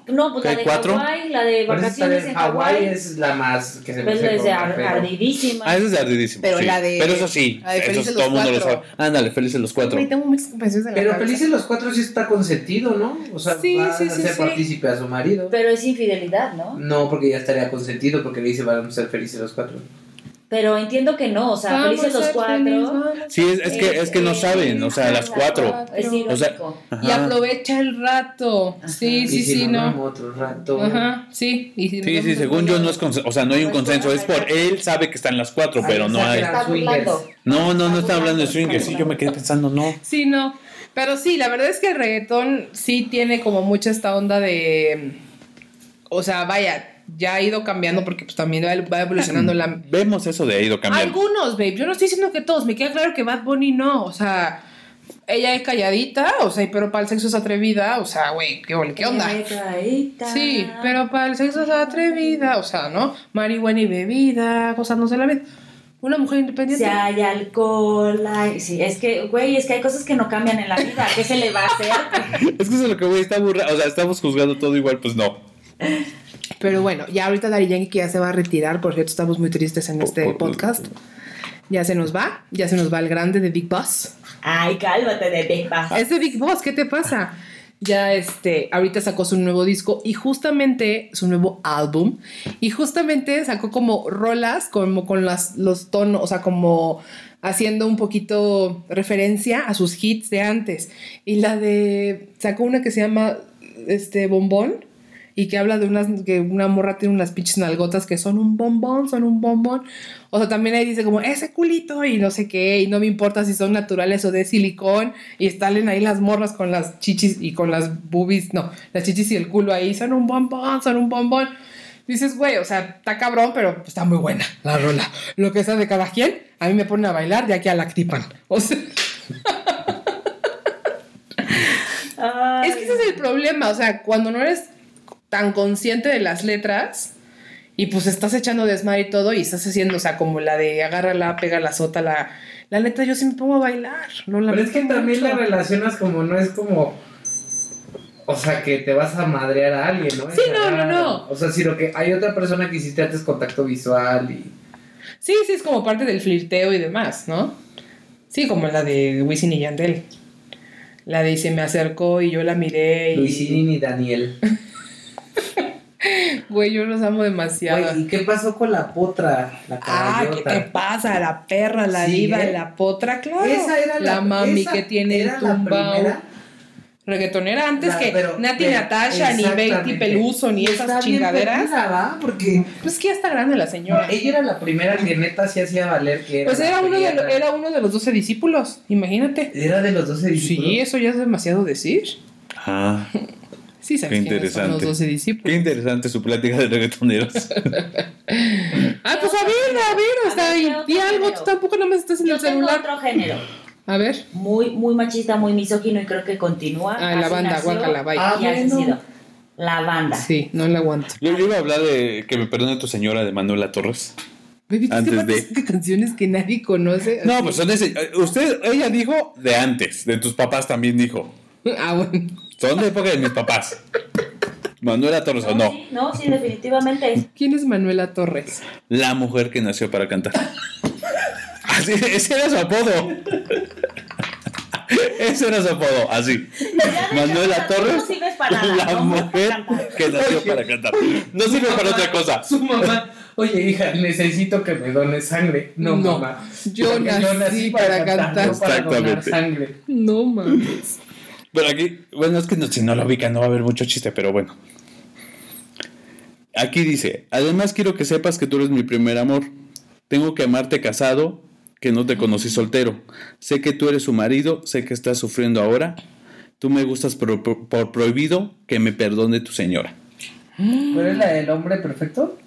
[SPEAKER 4] No, pues
[SPEAKER 5] ¿Qué
[SPEAKER 4] la
[SPEAKER 5] hay
[SPEAKER 4] de
[SPEAKER 5] cuatro?
[SPEAKER 4] Hawái, la de
[SPEAKER 3] Por eso está
[SPEAKER 4] vacaciones
[SPEAKER 3] bien,
[SPEAKER 4] en
[SPEAKER 3] Hawái
[SPEAKER 4] Hawái.
[SPEAKER 3] es la más que se
[SPEAKER 4] Pues
[SPEAKER 3] me hace
[SPEAKER 4] es de
[SPEAKER 3] como
[SPEAKER 4] ar-
[SPEAKER 3] feo.
[SPEAKER 4] ardidísima.
[SPEAKER 5] Ah, esa es ardidísima.
[SPEAKER 2] Pero
[SPEAKER 5] sí.
[SPEAKER 2] la de-
[SPEAKER 5] Pero eso sí,
[SPEAKER 2] la de
[SPEAKER 5] eso
[SPEAKER 2] Felices
[SPEAKER 5] todo el
[SPEAKER 2] los
[SPEAKER 5] mundo lo sabe.
[SPEAKER 2] Cuatro.
[SPEAKER 5] Ándale, felices los cuatro.
[SPEAKER 2] Güey, tengo muchas canciones en la
[SPEAKER 3] Pero
[SPEAKER 2] cabeza.
[SPEAKER 3] felices los cuatro sí está consentido, ¿no? O sea,
[SPEAKER 2] Sí,
[SPEAKER 3] va
[SPEAKER 2] sí,
[SPEAKER 3] a
[SPEAKER 2] sí,
[SPEAKER 3] hacer
[SPEAKER 2] sí.
[SPEAKER 3] partícipe a su marido.
[SPEAKER 4] Pero es infidelidad, ¿no?
[SPEAKER 3] No, porque ya estaría consentido porque le dice vamos a ser felices los cuatro.
[SPEAKER 4] Pero entiendo que no, o sea,
[SPEAKER 2] Vamos
[SPEAKER 4] felices
[SPEAKER 2] a
[SPEAKER 4] los
[SPEAKER 2] ser felices,
[SPEAKER 4] cuatro.
[SPEAKER 2] vamos.
[SPEAKER 5] Sí, es, es que, es que no
[SPEAKER 4] Eh,
[SPEAKER 5] saben, o sea,
[SPEAKER 4] ajá,
[SPEAKER 5] las cuatro.
[SPEAKER 4] Es irónico.
[SPEAKER 5] O sea,
[SPEAKER 2] Y
[SPEAKER 5] Ajá.
[SPEAKER 2] aprovecha el rato.
[SPEAKER 4] Ajá.
[SPEAKER 2] Sí, sí,
[SPEAKER 3] Y si
[SPEAKER 2] sí,
[SPEAKER 3] nos
[SPEAKER 2] no.
[SPEAKER 3] vemos otro rato.
[SPEAKER 2] Ajá, sí. y si nos
[SPEAKER 5] Sí,
[SPEAKER 2] vemos
[SPEAKER 5] sí,
[SPEAKER 2] en
[SPEAKER 5] según
[SPEAKER 2] otro
[SPEAKER 5] yo no
[SPEAKER 2] lado.
[SPEAKER 5] es consenso, o sea, no hay un
[SPEAKER 2] Pues
[SPEAKER 5] consenso, es por él sabe que están las cuatro, pero no hay.
[SPEAKER 4] Está burlando.
[SPEAKER 5] No, no, no está hablando de swingers, sí, yo me quedé pensando, no.
[SPEAKER 2] Sí, no. Pero sí, la verdad es que el reggaetón sí tiene como mucha esta onda de. O sea, vaya, ya ha ido cambiando porque pues también va va evolucionando la.
[SPEAKER 5] Vemos eso de ha ido cambiando.
[SPEAKER 2] Algunos, babe. Yo no estoy diciendo que todos. Me queda claro que Bad Bunny no. O sea, ella es calladita, o sea, y pero para el sexo es atrevida. O sea, güey, qué, ole, qué onda. Sí, pero para el sexo es atrevida, o sea, ¿no? Marihuana y bebida, gozándose la vida. Una mujer
[SPEAKER 4] Si
[SPEAKER 2] independiente.
[SPEAKER 4] hay alcohol, hay- sí, es que, güey, es que hay cosas que no cambian en la vida. ¿Qué se le va a hacer?
[SPEAKER 5] Es que eso es lo que voy, está burra, o sea, estamos juzgando todo igual, pues no.
[SPEAKER 2] Pero bueno, ya ahorita Dari Yankee que ya se va a retirar, por cierto, estamos muy tristes en
[SPEAKER 5] Por-
[SPEAKER 2] este
[SPEAKER 5] por-
[SPEAKER 2] podcast. Ya se nos va, ya se nos va el grande de Big Boss.
[SPEAKER 4] Ay, cálmate de pepa.
[SPEAKER 2] Es de Big Boss, ¿qué te pasa? Ya este, ahorita sacó su nuevo disco y justamente su nuevo álbum y justamente sacó como rolas como con las, los tonos, o sea, como haciendo un poquito referencia a sus hits de antes. Y la de sacó una que se llama este bombón y que habla de unas que una morra tiene unas pinches nalgotas que son un bombón, son un bombón. O sea, también ahí dice como ese culito y no sé qué, y no me importa si son naturales o de silicón, y están ahí las morras con las chichis y con las boobies, no, las chichis y el culo ahí, son un bombón, son un bombón. Dices, güey, o sea, está cabrón, pero está muy buena la rola. Lo que sea de cada quien, a mí me ponen a bailar de aquí a la actipan. O sea,
[SPEAKER 4] Ay.
[SPEAKER 2] Es que ese es el problema, o sea, cuando no eres tan consciente de las letras y pues estás echando desmadre y todo y estás haciendo, o sea, como la de agárrala, pégala, sótala. La neta, yo sí me pongo a bailar. Lo
[SPEAKER 3] Pero es que
[SPEAKER 2] lamento
[SPEAKER 3] también
[SPEAKER 2] mucho.
[SPEAKER 3] la relacionas como no es como. O sea, que te vas a madrear a alguien, ¿no?
[SPEAKER 2] Sí,
[SPEAKER 3] Es
[SPEAKER 2] no, no,
[SPEAKER 3] raro.
[SPEAKER 2] no.
[SPEAKER 3] O sea, si lo que hay otra persona que hiciste antes contacto visual y.
[SPEAKER 2] Sí, sí, es como parte del flirteo y demás, ¿no? Sí, como la de Wisin y Yandel. La de se me acercó y yo la miré y...
[SPEAKER 3] Luisini y Daniel.
[SPEAKER 2] Güey, yo los amo demasiado.
[SPEAKER 3] Güey, ¿y qué pasó con la potra? La
[SPEAKER 2] Ah, ¿qué
[SPEAKER 3] caballota.
[SPEAKER 2] te pasa? La perra, la
[SPEAKER 3] Sí,
[SPEAKER 2] diva,
[SPEAKER 3] ¿eh?
[SPEAKER 2] la potra, claro.
[SPEAKER 3] Esa era la,
[SPEAKER 2] mami
[SPEAKER 3] esa
[SPEAKER 2] que tiene
[SPEAKER 3] era
[SPEAKER 2] el
[SPEAKER 3] la
[SPEAKER 2] tumbao.
[SPEAKER 3] primera.
[SPEAKER 2] Reggaetonera antes
[SPEAKER 3] La-
[SPEAKER 2] que
[SPEAKER 3] pero-
[SPEAKER 2] Nati
[SPEAKER 3] pero-
[SPEAKER 2] Natasha, ni Betty
[SPEAKER 3] exactamente.
[SPEAKER 2] Peluso, ni
[SPEAKER 3] Y
[SPEAKER 2] esas
[SPEAKER 3] está bien
[SPEAKER 2] chingaderas.
[SPEAKER 3] perdida, ¿va? Porque
[SPEAKER 2] Pues que ya está grande la señora.
[SPEAKER 3] ella era la primera que neta sí hacía valer que era.
[SPEAKER 2] Pues
[SPEAKER 3] la
[SPEAKER 2] era uno, de lo-
[SPEAKER 3] primera.
[SPEAKER 2] era uno de los 12 discípulos, imagínate.
[SPEAKER 3] Era de los 12
[SPEAKER 2] Sí,
[SPEAKER 3] discípulos.
[SPEAKER 2] eso ya es demasiado decir.
[SPEAKER 5] Ah,
[SPEAKER 2] Sí, sabes
[SPEAKER 5] Qué
[SPEAKER 2] quiénes son los
[SPEAKER 5] interesante.
[SPEAKER 2] 12
[SPEAKER 5] qué
[SPEAKER 2] discípulos.
[SPEAKER 5] interesante su plática de reggaetoneros.
[SPEAKER 2] Ah, pues a ver, a ver, o
[SPEAKER 4] A
[SPEAKER 2] sea,
[SPEAKER 4] ver,
[SPEAKER 2] y-
[SPEAKER 4] ¿qué otro
[SPEAKER 2] y algo,
[SPEAKER 4] género?
[SPEAKER 2] tú tampoco nomás estás en
[SPEAKER 4] Yo
[SPEAKER 2] el
[SPEAKER 4] tengo
[SPEAKER 2] celular.
[SPEAKER 4] otro género.
[SPEAKER 2] A ver.
[SPEAKER 4] Muy, muy machista, muy misógino y creo que continúa.
[SPEAKER 2] Ah, la
[SPEAKER 4] Así
[SPEAKER 2] banda,
[SPEAKER 4] nació
[SPEAKER 2] guácala, bye.
[SPEAKER 3] Ah,
[SPEAKER 4] Y así ha
[SPEAKER 3] bueno.
[SPEAKER 4] sido. La banda.
[SPEAKER 2] Sí, no la aguanto.
[SPEAKER 5] Yo, yo iba a hablar de que me perdone tu señora de Manuela Torres.
[SPEAKER 2] Baby, ¿tú
[SPEAKER 5] Antes
[SPEAKER 2] te
[SPEAKER 5] de-
[SPEAKER 2] mandas que canciones que nadie conoce?
[SPEAKER 5] No, pues son de ese- eh, usted, ella dijo de antes, de tus papás también dijo.
[SPEAKER 2] Ah, bueno.
[SPEAKER 5] Son de época de mis papás. Manuela Torres o no,
[SPEAKER 4] Sí, no, sí, definitivamente.
[SPEAKER 2] ¿Quién es Manuela Torres?
[SPEAKER 5] la mujer que nació para cantar. Así, ese era su apodo. Ese era su apodo, así. Manuela Torres,
[SPEAKER 4] No sirves para nada.
[SPEAKER 5] la
[SPEAKER 4] no,
[SPEAKER 5] mujer
[SPEAKER 4] no, no,
[SPEAKER 5] que nació para cantar. No sirve para otra cosa.
[SPEAKER 3] Su mamá. Oye, hija, necesito que me dones sangre. No,
[SPEAKER 2] No,
[SPEAKER 3] mamá.
[SPEAKER 2] yo
[SPEAKER 3] Porque
[SPEAKER 2] nací para cantar.
[SPEAKER 3] no para donar
[SPEAKER 5] Exactamente.
[SPEAKER 3] sangre.
[SPEAKER 2] No mames.
[SPEAKER 5] Pero aquí, bueno, es que no- si no lo ubican no va a haber mucho chiste, pero bueno. Aquí dice, además quiero que sepas que tú eres mi primer amor. Tengo que amarte casado, que no te conocí soltero. Sé que tú eres su marido, sé que estás sufriendo ahora. Tú me gustas por, por- por prohibido, que me perdone tu señora.
[SPEAKER 3] ¿Pero es la del hombre perfecto?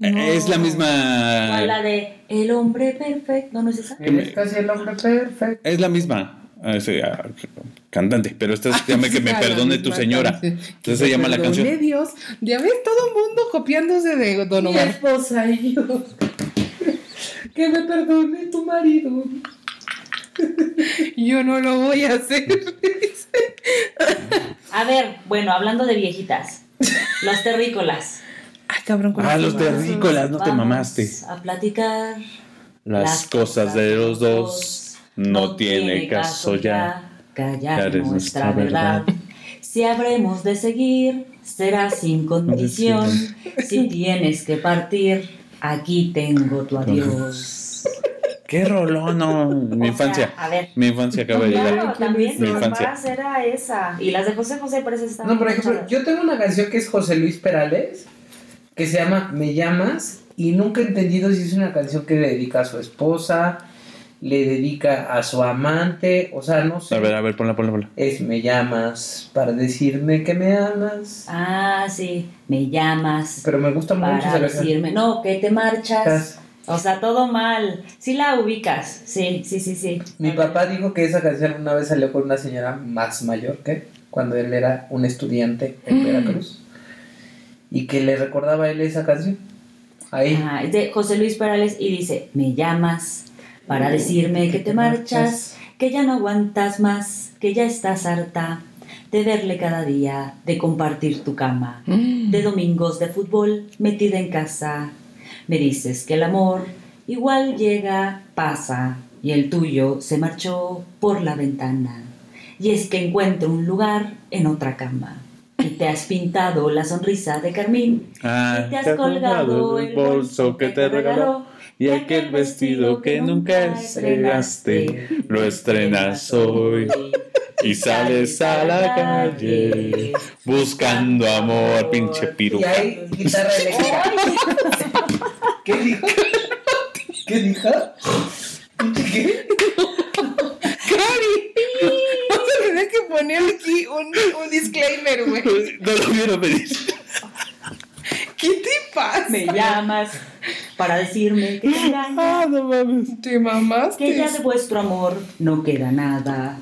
[SPEAKER 2] No.
[SPEAKER 5] Eh, Es la
[SPEAKER 4] O la
[SPEAKER 5] misma...
[SPEAKER 4] de El hombre perfecto. No es esa.
[SPEAKER 5] Que me-
[SPEAKER 3] Es casi el hombre perfecto.
[SPEAKER 5] Es la misma eh, sí, ah, cantante, pero esta se llama que me
[SPEAKER 2] Ah, la
[SPEAKER 5] perdone tu
[SPEAKER 2] misma
[SPEAKER 5] señora.
[SPEAKER 2] canción. Que
[SPEAKER 5] Entonces se
[SPEAKER 2] me
[SPEAKER 5] llama la
[SPEAKER 2] perdone
[SPEAKER 5] canción.
[SPEAKER 2] Dios. Ya ves todo el mundo copiándose de Don
[SPEAKER 3] Mi
[SPEAKER 2] Omar.
[SPEAKER 3] esposa y yo. que me perdone tu marido.
[SPEAKER 2] Yo no lo voy a hacer.
[SPEAKER 4] A ver, bueno, hablando de viejitas. Las terrícolas.
[SPEAKER 2] Ay, cabrón. ¿cuál
[SPEAKER 5] Ah,
[SPEAKER 2] es
[SPEAKER 5] los
[SPEAKER 2] tu nombre?
[SPEAKER 5] terrícolas, no te
[SPEAKER 4] Vamos
[SPEAKER 5] mamaste.
[SPEAKER 4] A platicar.
[SPEAKER 5] Las, cosas de los dos no tiene caso ya.
[SPEAKER 4] Callar
[SPEAKER 5] es
[SPEAKER 4] nuestra
[SPEAKER 5] nuestra
[SPEAKER 4] verdad. Si habremos de seguir, será sin condición. Si tienes que partir, aquí tengo tu adiós.
[SPEAKER 5] Qué rolón, no.
[SPEAKER 4] O
[SPEAKER 5] Mi
[SPEAKER 4] sea,
[SPEAKER 5] infancia.
[SPEAKER 4] a ver.
[SPEAKER 5] Mi infancia acaba de
[SPEAKER 4] Claro,
[SPEAKER 5] llegar.
[SPEAKER 4] también
[SPEAKER 5] Mi
[SPEAKER 4] mi
[SPEAKER 5] infancia.
[SPEAKER 4] papás era esa. Y las de José José parece estar.
[SPEAKER 3] No, por ejemplo, yo tengo una canción que es José Luis Perales, que se llama Me llamas, y nunca he entendido si es una canción que le dedica a su esposa, le dedica a su amante, o sea, no sé.
[SPEAKER 5] A ver, a ver, ponla, ponla, ponla.
[SPEAKER 3] Es Me llamas para decirme que me amas,
[SPEAKER 4] Ah, sí. Me llamas
[SPEAKER 3] pero me gusta mucho
[SPEAKER 4] para
[SPEAKER 3] esa canción.
[SPEAKER 4] decirme. No, que te marchas.
[SPEAKER 3] Cas-
[SPEAKER 4] O sea, todo mal. Sí la ubicas. Sí, sí, sí, sí.
[SPEAKER 3] Mi papá dijo que esa canción una vez salió con una señora más mayor que él, cuando él era un estudiante
[SPEAKER 4] Mm.
[SPEAKER 3] en Veracruz y que le recordaba a él esa canción. Ahí.
[SPEAKER 4] Ajá, es de José Luis Perales y dice, me llamas para decirme que te marchas, que ya no aguantas más, que ya estás harta de verle cada día, de compartir tu cama,
[SPEAKER 2] Mm.
[SPEAKER 4] de domingos de fútbol metida en casa. Me dices que el amor igual llega, pasa, y el tuyo se marchó por la ventana. Y es que encuentro un lugar en otra cama. Y te has pintado la sonrisa de carmín
[SPEAKER 5] Ah,
[SPEAKER 4] y te has colgado el bolso que te regaló
[SPEAKER 5] y aquel vestido que nunca estrenaste lo estrenas hoy y sales a la calle buscando amor, pinche
[SPEAKER 3] Y
[SPEAKER 5] piruja.
[SPEAKER 3] hay guitarra eléctrica. ¿Qué dijo? ¿Qué dijo? ¿Qué?
[SPEAKER 2] ¡Cari! Vamos a tener que ponerle aquí un, un disclaimer, güey.
[SPEAKER 5] No lo vieron venir.
[SPEAKER 2] ¿Qué te pasa?
[SPEAKER 4] Me llamas para decirme que te
[SPEAKER 2] Ah,
[SPEAKER 4] engañas,
[SPEAKER 5] no mames.
[SPEAKER 2] Te mamaste.
[SPEAKER 4] que ya de vuestro amor no queda nada.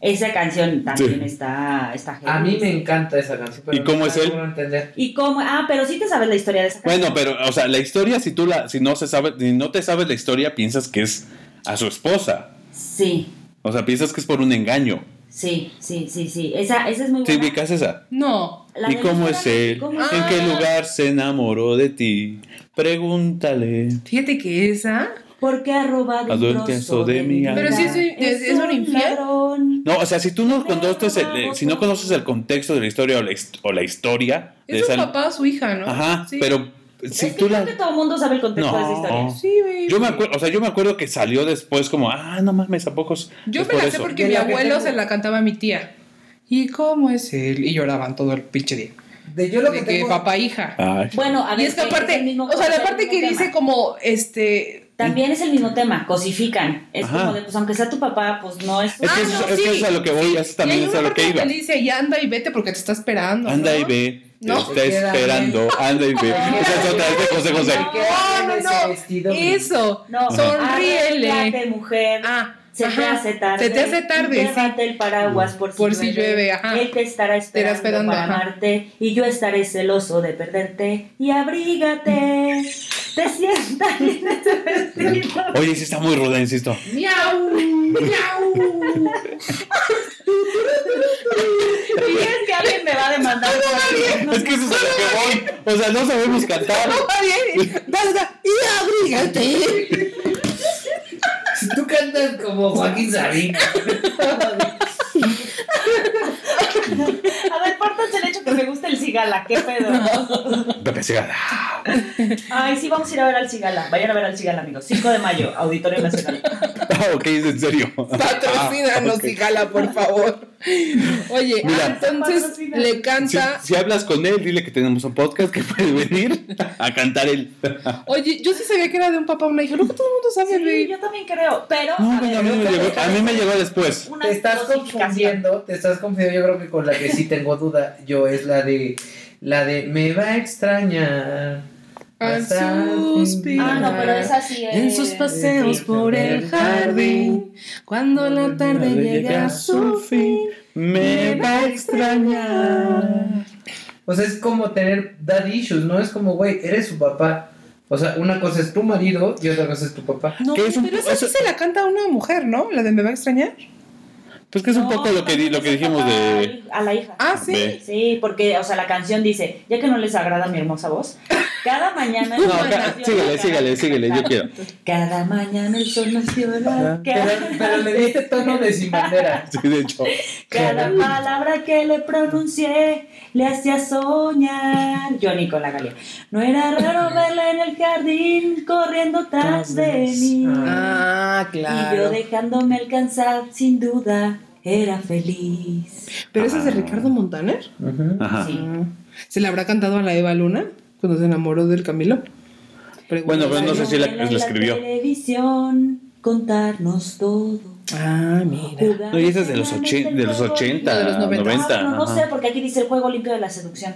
[SPEAKER 4] Esa canción también
[SPEAKER 5] Sí.
[SPEAKER 4] está, está heavy.
[SPEAKER 3] A mí me encanta esa canción. pero
[SPEAKER 5] ¿Y cómo
[SPEAKER 3] no
[SPEAKER 5] es él?
[SPEAKER 3] logro entender.
[SPEAKER 4] Y cómo, ah, pero sí te sabes la historia de esa canción.
[SPEAKER 5] Bueno, pero, o sea, la historia, si tú la, si no se sabe, si no te sabes la historia, piensas que es a su esposa.
[SPEAKER 4] Sí,
[SPEAKER 5] O sea, piensas que es por un engaño.
[SPEAKER 4] sí, sí, sí, sí. Esa, esa es muy
[SPEAKER 5] ¿Te
[SPEAKER 4] buena.
[SPEAKER 5] ubicas esa?
[SPEAKER 2] No.
[SPEAKER 4] La
[SPEAKER 5] ¿Y
[SPEAKER 4] de
[SPEAKER 5] cómo
[SPEAKER 4] Lucía
[SPEAKER 5] es
[SPEAKER 4] Dani,
[SPEAKER 5] él? Ah.
[SPEAKER 4] ¿cómo es?
[SPEAKER 5] ¿En qué lugar se enamoró de ti? Pregúntale.
[SPEAKER 2] Fíjate que esa.
[SPEAKER 4] Porque ha robado
[SPEAKER 5] Adulto
[SPEAKER 4] un trozo de mi vida.
[SPEAKER 2] Pero sí, sí, es- es un infiel.
[SPEAKER 4] ladrón.
[SPEAKER 5] No, o sea, si tú no conoces el, eh, si no conoces el contexto de la historia o la, hist- o la historia de
[SPEAKER 2] Es su
[SPEAKER 5] esa-
[SPEAKER 2] papá o su hija, ¿no?
[SPEAKER 5] Ajá,
[SPEAKER 2] Sí.
[SPEAKER 5] pero
[SPEAKER 4] Es
[SPEAKER 5] si
[SPEAKER 4] que
[SPEAKER 5] tú
[SPEAKER 4] creo
[SPEAKER 5] la
[SPEAKER 4] que todo el mundo sabe el contexto de esa
[SPEAKER 5] No.
[SPEAKER 4] historia.
[SPEAKER 2] Sí, güey.
[SPEAKER 5] yo me acuerdo, o sea, yo me acuerdo que salió después como, ah, no mames, a pocos.
[SPEAKER 2] Yo
[SPEAKER 5] Es
[SPEAKER 2] me la
[SPEAKER 5] por
[SPEAKER 2] sé
[SPEAKER 5] eso.
[SPEAKER 2] porque
[SPEAKER 3] De
[SPEAKER 2] mi
[SPEAKER 3] la que
[SPEAKER 2] abuelo
[SPEAKER 3] tengo.
[SPEAKER 2] se la cantaba a mi tía. ¿Y cómo es él? Y lloraban todo el pinche día.
[SPEAKER 3] De yo lo que
[SPEAKER 2] De que
[SPEAKER 3] tengo.
[SPEAKER 2] papá hija.
[SPEAKER 5] Ay.
[SPEAKER 4] Bueno, a ver.
[SPEAKER 2] y esta
[SPEAKER 4] es el
[SPEAKER 2] parte,
[SPEAKER 4] mismo-
[SPEAKER 2] o sea,
[SPEAKER 4] es
[SPEAKER 2] la
[SPEAKER 4] el
[SPEAKER 2] parte
[SPEAKER 4] mismo
[SPEAKER 2] que
[SPEAKER 4] tema.
[SPEAKER 2] dice como, este...
[SPEAKER 4] También es el mismo tema, cosifican. Es
[SPEAKER 5] Ajá.
[SPEAKER 4] como de, pues aunque sea tu papá, pues no es.
[SPEAKER 5] es que,
[SPEAKER 2] Ah,
[SPEAKER 5] eso,
[SPEAKER 2] no,
[SPEAKER 5] es que
[SPEAKER 2] sí.
[SPEAKER 5] eso es a lo que voy, eso también
[SPEAKER 2] y hay
[SPEAKER 5] es
[SPEAKER 2] una
[SPEAKER 5] a lo
[SPEAKER 2] parte
[SPEAKER 5] que
[SPEAKER 2] donde
[SPEAKER 5] iba.
[SPEAKER 2] le dice, y anda y vete porque te está esperando.
[SPEAKER 5] Anda
[SPEAKER 2] ¿no?
[SPEAKER 5] y ve, te
[SPEAKER 2] ¿No?
[SPEAKER 5] está esperando, anda y ve. Esa es otra vez de José José.
[SPEAKER 4] No,
[SPEAKER 3] Quédame
[SPEAKER 2] no,
[SPEAKER 3] ese
[SPEAKER 2] no.
[SPEAKER 3] vestido que-
[SPEAKER 2] Eso.
[SPEAKER 4] No,
[SPEAKER 2] Sonríele.
[SPEAKER 4] arréglate, mujer.
[SPEAKER 2] Ah,
[SPEAKER 4] se te
[SPEAKER 2] Ajá,
[SPEAKER 4] hace tarde.
[SPEAKER 2] se te hace tarde,
[SPEAKER 4] y Llévate el paraguas por si
[SPEAKER 2] Por si llueve, ajá.
[SPEAKER 4] Él te estará esperando,
[SPEAKER 2] esperando,
[SPEAKER 4] para
[SPEAKER 2] ajá.
[SPEAKER 4] amarte y yo estaré celoso de perderte. Y abrígate. Te sientas bien en tu vestido.
[SPEAKER 5] Oye, sí está muy ruda, insisto.
[SPEAKER 2] ¡Miau! ¡Miau!
[SPEAKER 4] Y es que alguien me va a demandar.
[SPEAKER 5] Es que eso es a lo que voy. O sea, no sabemos cantar.
[SPEAKER 2] ¡Basta! ¡Y abrígate!
[SPEAKER 3] Si tú cantas como Joaquín Sabina.
[SPEAKER 4] A ver, pártanse el hecho que me gusta el cigala. ¿Qué pedo?
[SPEAKER 5] Pepe Segarra.
[SPEAKER 4] Ay, sí, vamos a ir a ver al cigala. Vayan a ver al cigala, amigos. 5 de mayo, Auditorio Nacional.
[SPEAKER 5] Ah, ok, es en serio.
[SPEAKER 2] Patrocínanos,
[SPEAKER 5] Ah, ok.
[SPEAKER 2] y jala, por favor. Oye, ah,
[SPEAKER 5] Mira.
[SPEAKER 2] entonces
[SPEAKER 4] Patrocina.
[SPEAKER 2] le
[SPEAKER 5] Si,
[SPEAKER 2] canta.
[SPEAKER 5] si hablas con él, dile que tenemos un podcast que puede venir a cantar él.
[SPEAKER 2] Oye, yo sí sabía que era de un papá o una hija. Lo que todo el mundo sabe,
[SPEAKER 4] Sí,
[SPEAKER 2] güey.
[SPEAKER 4] yo también creo, pero.
[SPEAKER 5] No,
[SPEAKER 4] a ver,
[SPEAKER 5] bueno, a mí me llegó, a mí me llegó después.
[SPEAKER 4] Una
[SPEAKER 3] Te estás
[SPEAKER 4] dosificación.
[SPEAKER 3] confundiendo, te estás confundiendo. Yo creo que con la que sí tengo duda yo es la de. La de me va a extrañar.
[SPEAKER 2] Al
[SPEAKER 3] Bastante.
[SPEAKER 2] suspirar.
[SPEAKER 4] Ah, no, pero esa sí es.
[SPEAKER 2] En sus paseos por el jardín, cuando la tarde llega a su fin, me va a extrañar.
[SPEAKER 3] O sea, es como tener daddy issues, ¿no? Es como, güey, eres su papá. O sea, una cosa es tu marido y otra cosa es tu papá.
[SPEAKER 2] No,
[SPEAKER 5] ¿Qué es un-
[SPEAKER 2] pero esa sí
[SPEAKER 5] eso-
[SPEAKER 2] se la canta a una mujer, ¿no? La de me va a extrañar.
[SPEAKER 5] Pues que es un
[SPEAKER 4] No,
[SPEAKER 5] poco lo que, di- lo que
[SPEAKER 4] también
[SPEAKER 5] dijimos
[SPEAKER 4] es
[SPEAKER 5] de.
[SPEAKER 4] el papá A la hija.
[SPEAKER 2] Ah, sí.
[SPEAKER 5] Ve.
[SPEAKER 4] Sí, porque, o sea, la canción dice, ya que no les agrada mi hermosa voz, cada mañana...
[SPEAKER 5] No,
[SPEAKER 4] el sol
[SPEAKER 5] ca-
[SPEAKER 4] nos dio
[SPEAKER 5] síguele,
[SPEAKER 4] la
[SPEAKER 5] síguele, síguele, yo
[SPEAKER 4] cara".
[SPEAKER 5] quiero.
[SPEAKER 4] Cada mañana el sol nos dio la
[SPEAKER 3] Pero,
[SPEAKER 4] cara.
[SPEAKER 3] pero le diste tono de sin bandera.
[SPEAKER 5] Sí, de hecho.
[SPEAKER 4] Cada palabra que le pronuncié le hacía soñar. Johnny con la galia. No era raro verla en el jardín corriendo tras de mí.
[SPEAKER 2] Ah,
[SPEAKER 4] Y yo dejándome alcanzar, sin duda, era feliz.
[SPEAKER 2] Pero esa es de Ricardo Montaner. Ah.
[SPEAKER 3] Ujú.
[SPEAKER 5] Ajá.
[SPEAKER 4] Sí.
[SPEAKER 2] ¿Se la habrá cantado a la Eva Luna cuando se enamoró del Camilo?
[SPEAKER 5] Bueno, pero no sé si la-
[SPEAKER 4] Novela
[SPEAKER 5] la
[SPEAKER 4] en
[SPEAKER 5] escribió.
[SPEAKER 4] televisión, contarnos todo.
[SPEAKER 2] Ah, mira.
[SPEAKER 4] Jugar
[SPEAKER 5] No, y esa es de los,
[SPEAKER 4] pelear en
[SPEAKER 5] ochen-
[SPEAKER 4] el
[SPEAKER 5] de los
[SPEAKER 4] juego
[SPEAKER 5] 80,
[SPEAKER 2] de los 90.
[SPEAKER 5] 90.
[SPEAKER 4] Ah, bueno, no
[SPEAKER 5] ajá.
[SPEAKER 4] sé, porque aquí dice el juego limpio de la seducción.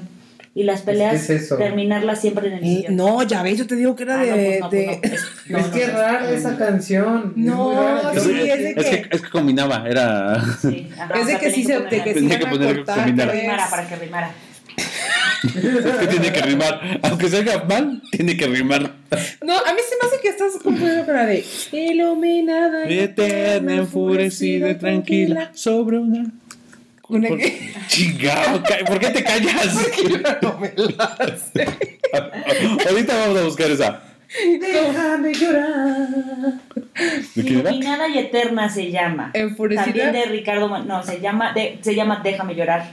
[SPEAKER 4] Y las peleas,
[SPEAKER 3] ¿qué es eso?
[SPEAKER 4] terminarlas siempre en el
[SPEAKER 2] Eh,
[SPEAKER 4] sillón.
[SPEAKER 2] no, ya ves, yo te digo que era
[SPEAKER 4] Ah, no,
[SPEAKER 2] de.
[SPEAKER 4] pues no, pues no,
[SPEAKER 2] de-
[SPEAKER 4] pues no,
[SPEAKER 3] es
[SPEAKER 4] no,
[SPEAKER 3] que
[SPEAKER 4] no,
[SPEAKER 3] rara
[SPEAKER 4] no.
[SPEAKER 3] esa canción. Es
[SPEAKER 2] No,
[SPEAKER 3] muy rara.
[SPEAKER 2] sí, es de
[SPEAKER 5] Es que, es que combinaba, era.
[SPEAKER 4] Sí, ajá,
[SPEAKER 2] Es de
[SPEAKER 4] o sea,
[SPEAKER 2] que sí
[SPEAKER 4] tenía
[SPEAKER 2] se.
[SPEAKER 4] poner
[SPEAKER 2] de que
[SPEAKER 4] así.
[SPEAKER 2] sí
[SPEAKER 5] Tenía
[SPEAKER 2] van
[SPEAKER 5] que
[SPEAKER 2] a
[SPEAKER 5] poner que
[SPEAKER 2] cortar, pues.
[SPEAKER 5] combinara.
[SPEAKER 2] ¿ves?
[SPEAKER 4] Rimara para que rimara.
[SPEAKER 5] Es que tiene que rimar. Aunque salga mal, tiene que rimar.
[SPEAKER 2] No, a mí se me hace que estás confundiendo con la de iluminada, y
[SPEAKER 5] Eterna, enfurecida, y tranquila, sobre una.
[SPEAKER 2] Una
[SPEAKER 5] Por-
[SPEAKER 2] que
[SPEAKER 5] Chingado, ca- ¿por qué te callas?
[SPEAKER 2] no me la sé.
[SPEAKER 5] Ahorita vamos a buscar esa.
[SPEAKER 3] Déjame llorar.
[SPEAKER 5] ¿De quién era?
[SPEAKER 4] Iluminada y eterna se llama. También
[SPEAKER 2] Enfurecida.
[SPEAKER 4] de Ricardo, Ma- no, se llama, de- se llama Déjame llorar.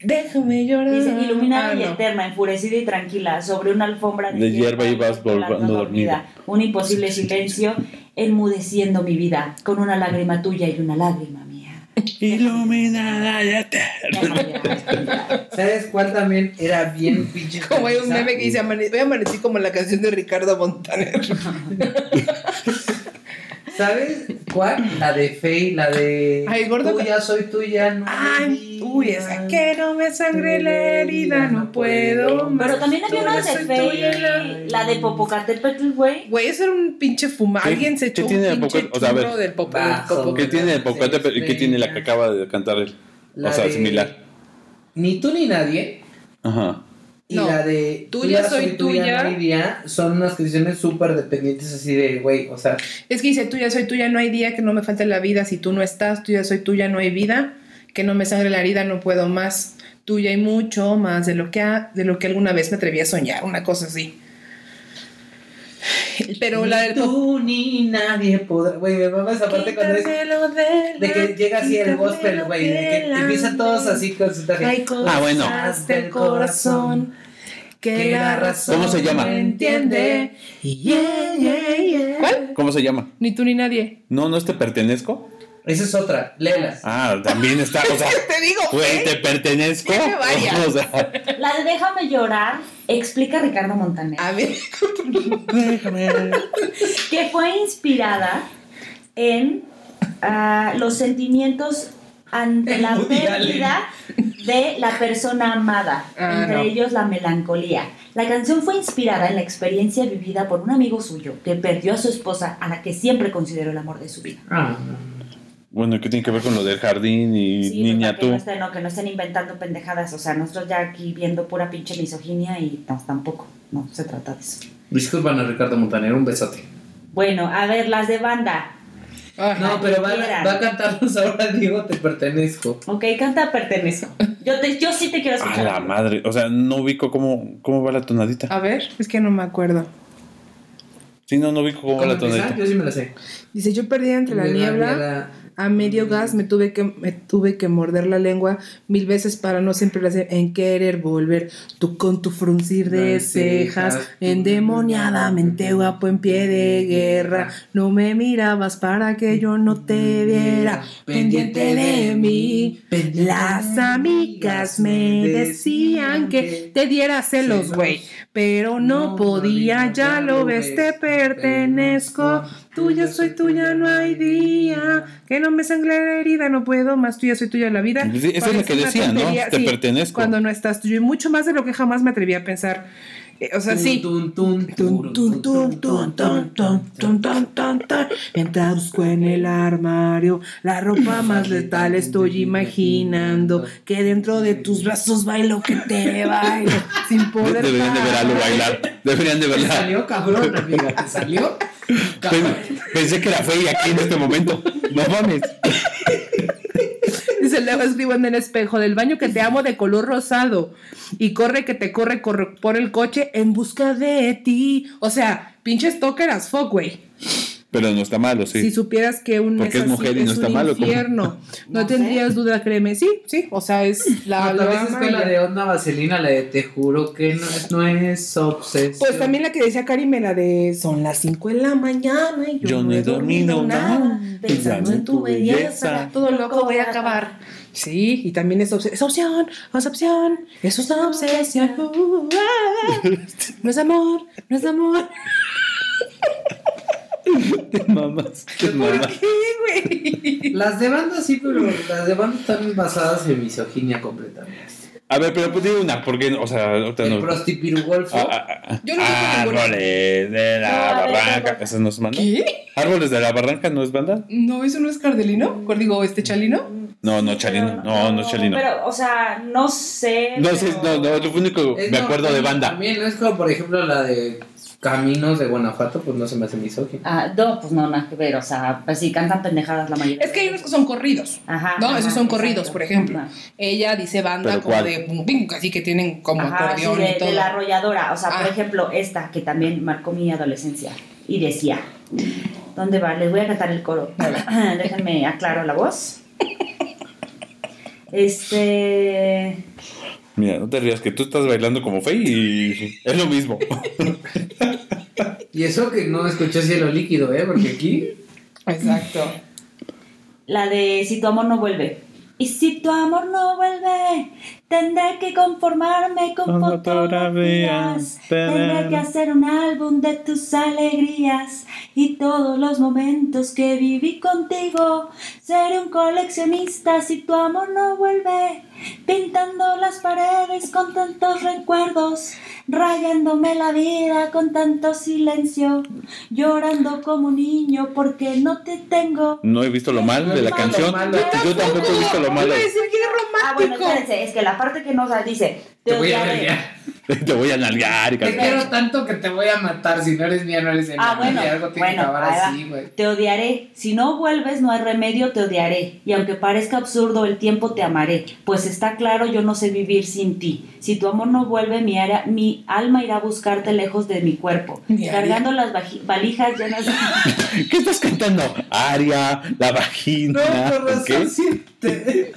[SPEAKER 2] Déjame llorar.
[SPEAKER 4] Dice iluminada
[SPEAKER 2] Ah,
[SPEAKER 4] y
[SPEAKER 2] no.
[SPEAKER 4] eterna, enfurecida y tranquila, sobre una alfombra de,
[SPEAKER 5] De hierba ibas
[SPEAKER 4] volando
[SPEAKER 5] volvando
[SPEAKER 4] Un imposible silencio, enmudeciendo mi vida, con una lágrima tuya y una lágrima mía.
[SPEAKER 5] Iluminada y eterna.
[SPEAKER 4] Déjame llorar.
[SPEAKER 3] ¿Sabes cuál también era bien pinche?
[SPEAKER 2] Como hay un
[SPEAKER 3] intensa?
[SPEAKER 2] meme que dice, "Amane- hoy amanecí como la canción de Ricardo Montaner.
[SPEAKER 3] ¿Sabes cuál? La de Faye, la de.
[SPEAKER 2] Ay, gordo,
[SPEAKER 3] Tuya, soy tuya. No
[SPEAKER 2] Ay,
[SPEAKER 3] me
[SPEAKER 2] uy,
[SPEAKER 3] digas.
[SPEAKER 2] esa que no me sangre la herida, no puedo más.
[SPEAKER 4] Pero también había una de
[SPEAKER 2] Soy tuya.
[SPEAKER 4] Fey, la de Popocatépetl, güey.
[SPEAKER 2] Güey, eso era un pinche fumar.
[SPEAKER 5] ¿Qué-
[SPEAKER 2] Alguien se
[SPEAKER 5] qué
[SPEAKER 2] echó un
[SPEAKER 5] tiene de
[SPEAKER 2] pinche
[SPEAKER 5] poco- o sea, a ver,
[SPEAKER 2] churro del popo.
[SPEAKER 3] bajo,
[SPEAKER 2] del popo-
[SPEAKER 5] ¿Qué tiene de Pocahontas y qué tiene la que acaba de cantar él?
[SPEAKER 3] La
[SPEAKER 5] o sea,
[SPEAKER 3] de-
[SPEAKER 5] similar.
[SPEAKER 3] Ni tú ni nadie.
[SPEAKER 5] Ajá.
[SPEAKER 3] Y
[SPEAKER 2] No.
[SPEAKER 3] la de
[SPEAKER 2] Tuya, soy tuya.
[SPEAKER 3] no hay día, son unas canciones súper dependientes así de, güey, o sea,
[SPEAKER 2] Es que dice, tuya soy tuya, no hay día que no me falte la vida. Si tú no estás, tuya soy tuya, no hay vida. Que no me sangre la herida, no puedo más. Tuya y mucho más de lo que, ha- de lo que alguna vez me atreví a soñar, una cosa así. Pero la
[SPEAKER 3] ni
[SPEAKER 2] del popo-
[SPEAKER 3] tú ni nadie podrá, güey, me mama esa parte cuando es
[SPEAKER 2] Quítamelo de
[SPEAKER 3] de que
[SPEAKER 2] la-
[SPEAKER 3] llega así el
[SPEAKER 2] quítamelo
[SPEAKER 3] gospel, güey, de que
[SPEAKER 2] de la
[SPEAKER 3] empiezan todos así con su traje.
[SPEAKER 2] Hay cosas
[SPEAKER 5] Ah, bueno.
[SPEAKER 2] del corazón que la razón
[SPEAKER 5] ¿Cómo se llama?
[SPEAKER 2] no entiende. Yeah, yeah, yeah. ¿Cuál?
[SPEAKER 5] ¿Cómo se llama?
[SPEAKER 2] Ni tú ni nadie.
[SPEAKER 5] No, no es te pertenezco.
[SPEAKER 3] Esa es otra, léela.
[SPEAKER 5] Ah, también está. O sea,
[SPEAKER 2] Te digo, ¿eh?
[SPEAKER 5] güey, te pertenezco.
[SPEAKER 2] Sí, vaya.
[SPEAKER 5] O sea,
[SPEAKER 4] La de Déjame llorar, explica Ricardo Montaner.
[SPEAKER 2] A ver,
[SPEAKER 5] déjame.
[SPEAKER 4] que fue inspirada en ah, los sentimientos ante
[SPEAKER 3] En
[SPEAKER 4] la
[SPEAKER 3] Woody
[SPEAKER 4] pérdida de la persona amada,
[SPEAKER 2] Ah,
[SPEAKER 4] entre
[SPEAKER 2] no.
[SPEAKER 4] ellos la melancolía. La canción fue inspirada en la experiencia vivida por un amigo suyo que perdió a su esposa a la que siempre consideró el amor de su vida.
[SPEAKER 3] Ah,
[SPEAKER 5] Bueno, ¿qué tiene que ver con lo del jardín y
[SPEAKER 4] Sí, total,
[SPEAKER 5] niña
[SPEAKER 4] que
[SPEAKER 5] tú?
[SPEAKER 4] no, estén, no, que no estén inventando pendejadas. O sea, nosotros ya aquí viendo pura pinche misoginia y no, tampoco. No se trata de eso.
[SPEAKER 3] Disculpan a Ricardo Montaner, un besote.
[SPEAKER 4] Bueno, a ver, las de banda.
[SPEAKER 3] No, pero va,
[SPEAKER 4] mira.
[SPEAKER 3] va a cantarnos ahora Diego, te pertenezco.
[SPEAKER 4] Ok, canta pertenezco. Yo, te, yo sí te quiero
[SPEAKER 5] A la
[SPEAKER 4] escuchar.
[SPEAKER 5] madre, o sea, no ubico cómo, cómo va la tonadita.
[SPEAKER 2] A ver, es que no me acuerdo.
[SPEAKER 5] Sí, no, no ubico cómo, va la
[SPEAKER 3] empieza?
[SPEAKER 5] tonadita.
[SPEAKER 3] Yo sí me la sé.
[SPEAKER 2] Dice, yo perdida entre la
[SPEAKER 3] Me da
[SPEAKER 2] niebla,
[SPEAKER 3] miedo.
[SPEAKER 2] a medio gas me tuve que me tuve que morder la lengua mil veces para no siempre la hacer en querer volver. Tú con tu fruncir de
[SPEAKER 3] Las cejas,
[SPEAKER 2] cejas,
[SPEAKER 3] tú-
[SPEAKER 2] endemoniadamente guapo en pie de guerra. Mm, No me mirabas para que yo no te
[SPEAKER 3] Mm,
[SPEAKER 2] viera. Pendiente de mí,
[SPEAKER 3] pendiente
[SPEAKER 2] Las
[SPEAKER 3] de
[SPEAKER 2] amigas me decían que te diera celos, güey, pero no podía, ya lo ves, te pertenezco. Tuya soy tuya, no hay día que no me sangle la herida, no puedo más, tuya soy tuya la vida.
[SPEAKER 5] Sí, esa es la
[SPEAKER 2] Parece
[SPEAKER 5] que
[SPEAKER 2] una
[SPEAKER 5] decía, ¿no?
[SPEAKER 2] tontería,
[SPEAKER 5] Te
[SPEAKER 2] sí,
[SPEAKER 5] pertenezco.
[SPEAKER 2] Cuando no estás tuyo y mucho más de lo que jamás me atreví a pensar. Eh, O sea, sí.
[SPEAKER 3] Tun, tun,
[SPEAKER 2] Tun, tun, tun, tun, tun, tun, tun, tun, tun, tun. Mientras busco en el armario la ropa más letal, estoy imaginando que dentro de tus brazos bailo que te bailo sin
[SPEAKER 5] De-
[SPEAKER 2] poder.
[SPEAKER 5] Deberían de verlo
[SPEAKER 2] parar.
[SPEAKER 5] bailar. Deberían de
[SPEAKER 3] Te
[SPEAKER 5] verla.
[SPEAKER 3] salió cabrón, amiga, te salió. cabrón.
[SPEAKER 5] Pen- Pensé que era fe y aquí en este momento. No mames.
[SPEAKER 2] Dice, luego escribo en el espejo del baño que te amo de color rosado y corre que te corre, corre por el coche en busca de ti. O sea, pinches toqueras, fuck, güey.
[SPEAKER 5] Pero no está malo,
[SPEAKER 2] Si
[SPEAKER 5] sí.
[SPEAKER 2] supieras que un
[SPEAKER 5] Porque
[SPEAKER 2] mes
[SPEAKER 5] es mujer
[SPEAKER 2] así
[SPEAKER 5] y no
[SPEAKER 2] es
[SPEAKER 5] está
[SPEAKER 2] un
[SPEAKER 5] malo, ¿cómo?
[SPEAKER 2] infierno, no,
[SPEAKER 4] No sé.
[SPEAKER 2] tendrías duda, créeme. Sí, sí, o sea, es la...
[SPEAKER 3] Otra
[SPEAKER 2] lo
[SPEAKER 3] vez es
[SPEAKER 2] ama
[SPEAKER 3] que
[SPEAKER 2] y
[SPEAKER 3] la
[SPEAKER 2] ya.
[SPEAKER 3] de onda vaselina, la de te juro que no es, no es obsesión.
[SPEAKER 2] Pues también la que decía Karime, la de son las 5 de la mañana y yo, no he dormido nada. Pensando en tu belleza, todo loco voy a acabar. Sí, y también es, obse- es opción, es opción, eso es una obsesión. Uh, ah, ah. No es amor, no es amor.
[SPEAKER 5] Te mamas. Te
[SPEAKER 2] ¿Por
[SPEAKER 5] mamas.
[SPEAKER 2] qué, güey?
[SPEAKER 3] Las de banda sí, pero las de banda están basadas en misoginia completamente.
[SPEAKER 5] A ver, pero pues dime una, porque, o sea, ahorita
[SPEAKER 3] El
[SPEAKER 5] no.
[SPEAKER 3] prostipirugolfo.
[SPEAKER 5] Ah, ah, ah.
[SPEAKER 2] Yo no sé ninguna.
[SPEAKER 5] Árboles de la
[SPEAKER 4] No, a ver,
[SPEAKER 5] barranca.
[SPEAKER 4] pero-
[SPEAKER 5] ¿Esa no es banda? ¿Árboles de la barranca no es banda?
[SPEAKER 2] ¿No eso no es Cardelino? Digo, este Chalino.
[SPEAKER 5] No, no,
[SPEAKER 4] Sí,
[SPEAKER 5] Chalino.
[SPEAKER 4] pero
[SPEAKER 5] No, no, Chalino.
[SPEAKER 4] Pero, o sea, no sé.
[SPEAKER 5] No, sí,
[SPEAKER 4] pero-
[SPEAKER 5] no, no, lo único que
[SPEAKER 3] Es
[SPEAKER 5] ah, me
[SPEAKER 3] no,
[SPEAKER 5] acuerdo de
[SPEAKER 3] también-
[SPEAKER 5] banda.
[SPEAKER 3] También no es como, por ejemplo, la de Caminos de Guanajuato, pues no se me hace misógino.
[SPEAKER 4] Ah, no, pues no, nada que ver. O sea, pues sí, cantan pendejadas la mayoría.
[SPEAKER 2] Es que hay unos que son corridos.
[SPEAKER 4] Ajá.
[SPEAKER 2] No,
[SPEAKER 4] ajá,
[SPEAKER 2] esos son
[SPEAKER 4] exacto.
[SPEAKER 2] corridos, por ejemplo.
[SPEAKER 4] Ajá.
[SPEAKER 2] Ella dice banda
[SPEAKER 5] ¿Pero
[SPEAKER 2] como
[SPEAKER 5] cuál?
[SPEAKER 2] de pum, pum, así que tienen como
[SPEAKER 4] Ajá, sí,
[SPEAKER 2] acordeón
[SPEAKER 4] de,
[SPEAKER 2] y todo.
[SPEAKER 4] de la arrolladora. O sea,
[SPEAKER 2] Ah.
[SPEAKER 4] por ejemplo, esta que también marcó mi adolescencia. Y decía, ¿dónde va? Les voy a cantar el coro. Déjenme aclaro la voz. Este.
[SPEAKER 5] Mira, no te rías que tú estás bailando como fe y es lo mismo.
[SPEAKER 3] Y eso que no escuché cielo líquido, ¿eh? Porque aquí.
[SPEAKER 2] Exacto.
[SPEAKER 4] La de Si tu amor no vuelve. Y si tu amor no vuelve, tendré que conformarme con
[SPEAKER 5] Con
[SPEAKER 4] fotografías.
[SPEAKER 5] fotografías,
[SPEAKER 4] Tendré
[SPEAKER 5] tener-
[SPEAKER 4] que hacer un álbum de tus alegrías y todos los momentos que viví contigo. Seré un coleccionista si tu amor no vuelve. Pintando las paredes con tantos recuerdos, rayándome la vida con tanto silencio, llorando como un niño porque no te tengo.
[SPEAKER 5] No he visto lo mal
[SPEAKER 3] No he
[SPEAKER 5] de la
[SPEAKER 3] visto lo
[SPEAKER 5] canción.
[SPEAKER 3] malo.
[SPEAKER 5] Yo tampoco he visto lo malo.
[SPEAKER 2] Iba a decir que
[SPEAKER 4] Ah, bueno,
[SPEAKER 2] es romántico.
[SPEAKER 4] espérense, es que la parte que nos dice, te,
[SPEAKER 3] Te voy a
[SPEAKER 4] odiaré.
[SPEAKER 3] ver.
[SPEAKER 5] Te voy a nalgar y
[SPEAKER 3] Te
[SPEAKER 5] cantar.
[SPEAKER 3] quiero tanto que te voy a matar. Si no eres mía, no eres de
[SPEAKER 4] Ah,
[SPEAKER 3] mí.
[SPEAKER 4] bueno,
[SPEAKER 3] Y algo tiene que
[SPEAKER 4] bueno,
[SPEAKER 3] acabar
[SPEAKER 4] ahí va.
[SPEAKER 3] así, güey.
[SPEAKER 4] Te odiaré. Si no vuelves, no hay remedio, te odiaré. Y aunque parezca absurdo, el tiempo te amaré. Pues está claro, yo no sé vivir sin ti. Si tu amor no vuelve, mi, ara- mi alma irá a buscarte lejos de mi cuerpo.
[SPEAKER 2] Mi alma.
[SPEAKER 4] cargando las vaji- valijas llenas de...
[SPEAKER 5] ¿Qué estás cantando? Aria, la
[SPEAKER 3] No,
[SPEAKER 4] Ah,
[SPEAKER 5] vagina.
[SPEAKER 3] por razón,
[SPEAKER 5] ¿Qué?
[SPEAKER 3] siente.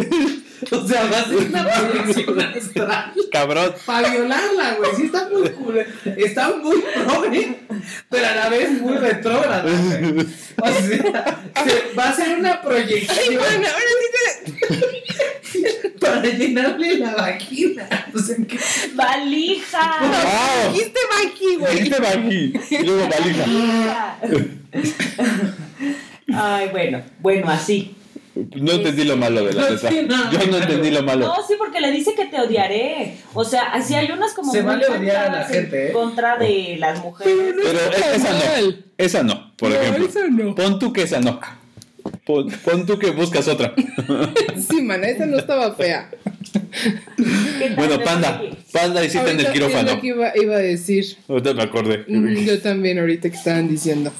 [SPEAKER 3] o sea, va a ser una proyección astral.
[SPEAKER 5] Cabrón.
[SPEAKER 3] Para violarla, güey. Sí, está muy cool. Está muy prove, pero a la vez muy retrógrada. güey. O sea, se- va a ser una
[SPEAKER 2] Ay,
[SPEAKER 3] proyección
[SPEAKER 2] bueno, ahora sí
[SPEAKER 3] para llenarle la vagina. O sea, que.
[SPEAKER 4] ¡Valija!
[SPEAKER 2] te
[SPEAKER 5] ¡Wow!
[SPEAKER 2] dijiste Maki, güey.
[SPEAKER 5] Dijiste vagi. Y luego valija.
[SPEAKER 4] Ay, bueno, bueno, así.
[SPEAKER 5] No entendí lo malo de la letra. Yo no entendí lo malo.
[SPEAKER 4] No, sí, porque le dice que te odiaré. O sea, así hay unas como
[SPEAKER 3] Se
[SPEAKER 4] muy
[SPEAKER 3] vale odiar a la
[SPEAKER 4] marcadas
[SPEAKER 3] gente,
[SPEAKER 4] en
[SPEAKER 3] ¿eh?
[SPEAKER 4] contra de las mujeres.
[SPEAKER 5] Pero esa no. Esa no, por
[SPEAKER 2] No,
[SPEAKER 5] ejemplo.
[SPEAKER 2] esa no.
[SPEAKER 5] Pon tú que esa no. Pon, pon tú que buscas otra.
[SPEAKER 2] Sí, mana, esa no estaba fea.
[SPEAKER 4] ¿Qué tal
[SPEAKER 5] Bueno,
[SPEAKER 4] los
[SPEAKER 5] panda.
[SPEAKER 4] Mickey?
[SPEAKER 5] Panda, hiciste en el
[SPEAKER 2] Ahorita
[SPEAKER 5] quirófano.
[SPEAKER 2] viendo que iba, iba a decir.
[SPEAKER 5] Ahorita me acordé.
[SPEAKER 2] Mm, Yo también, ahorita que estaban diciendo.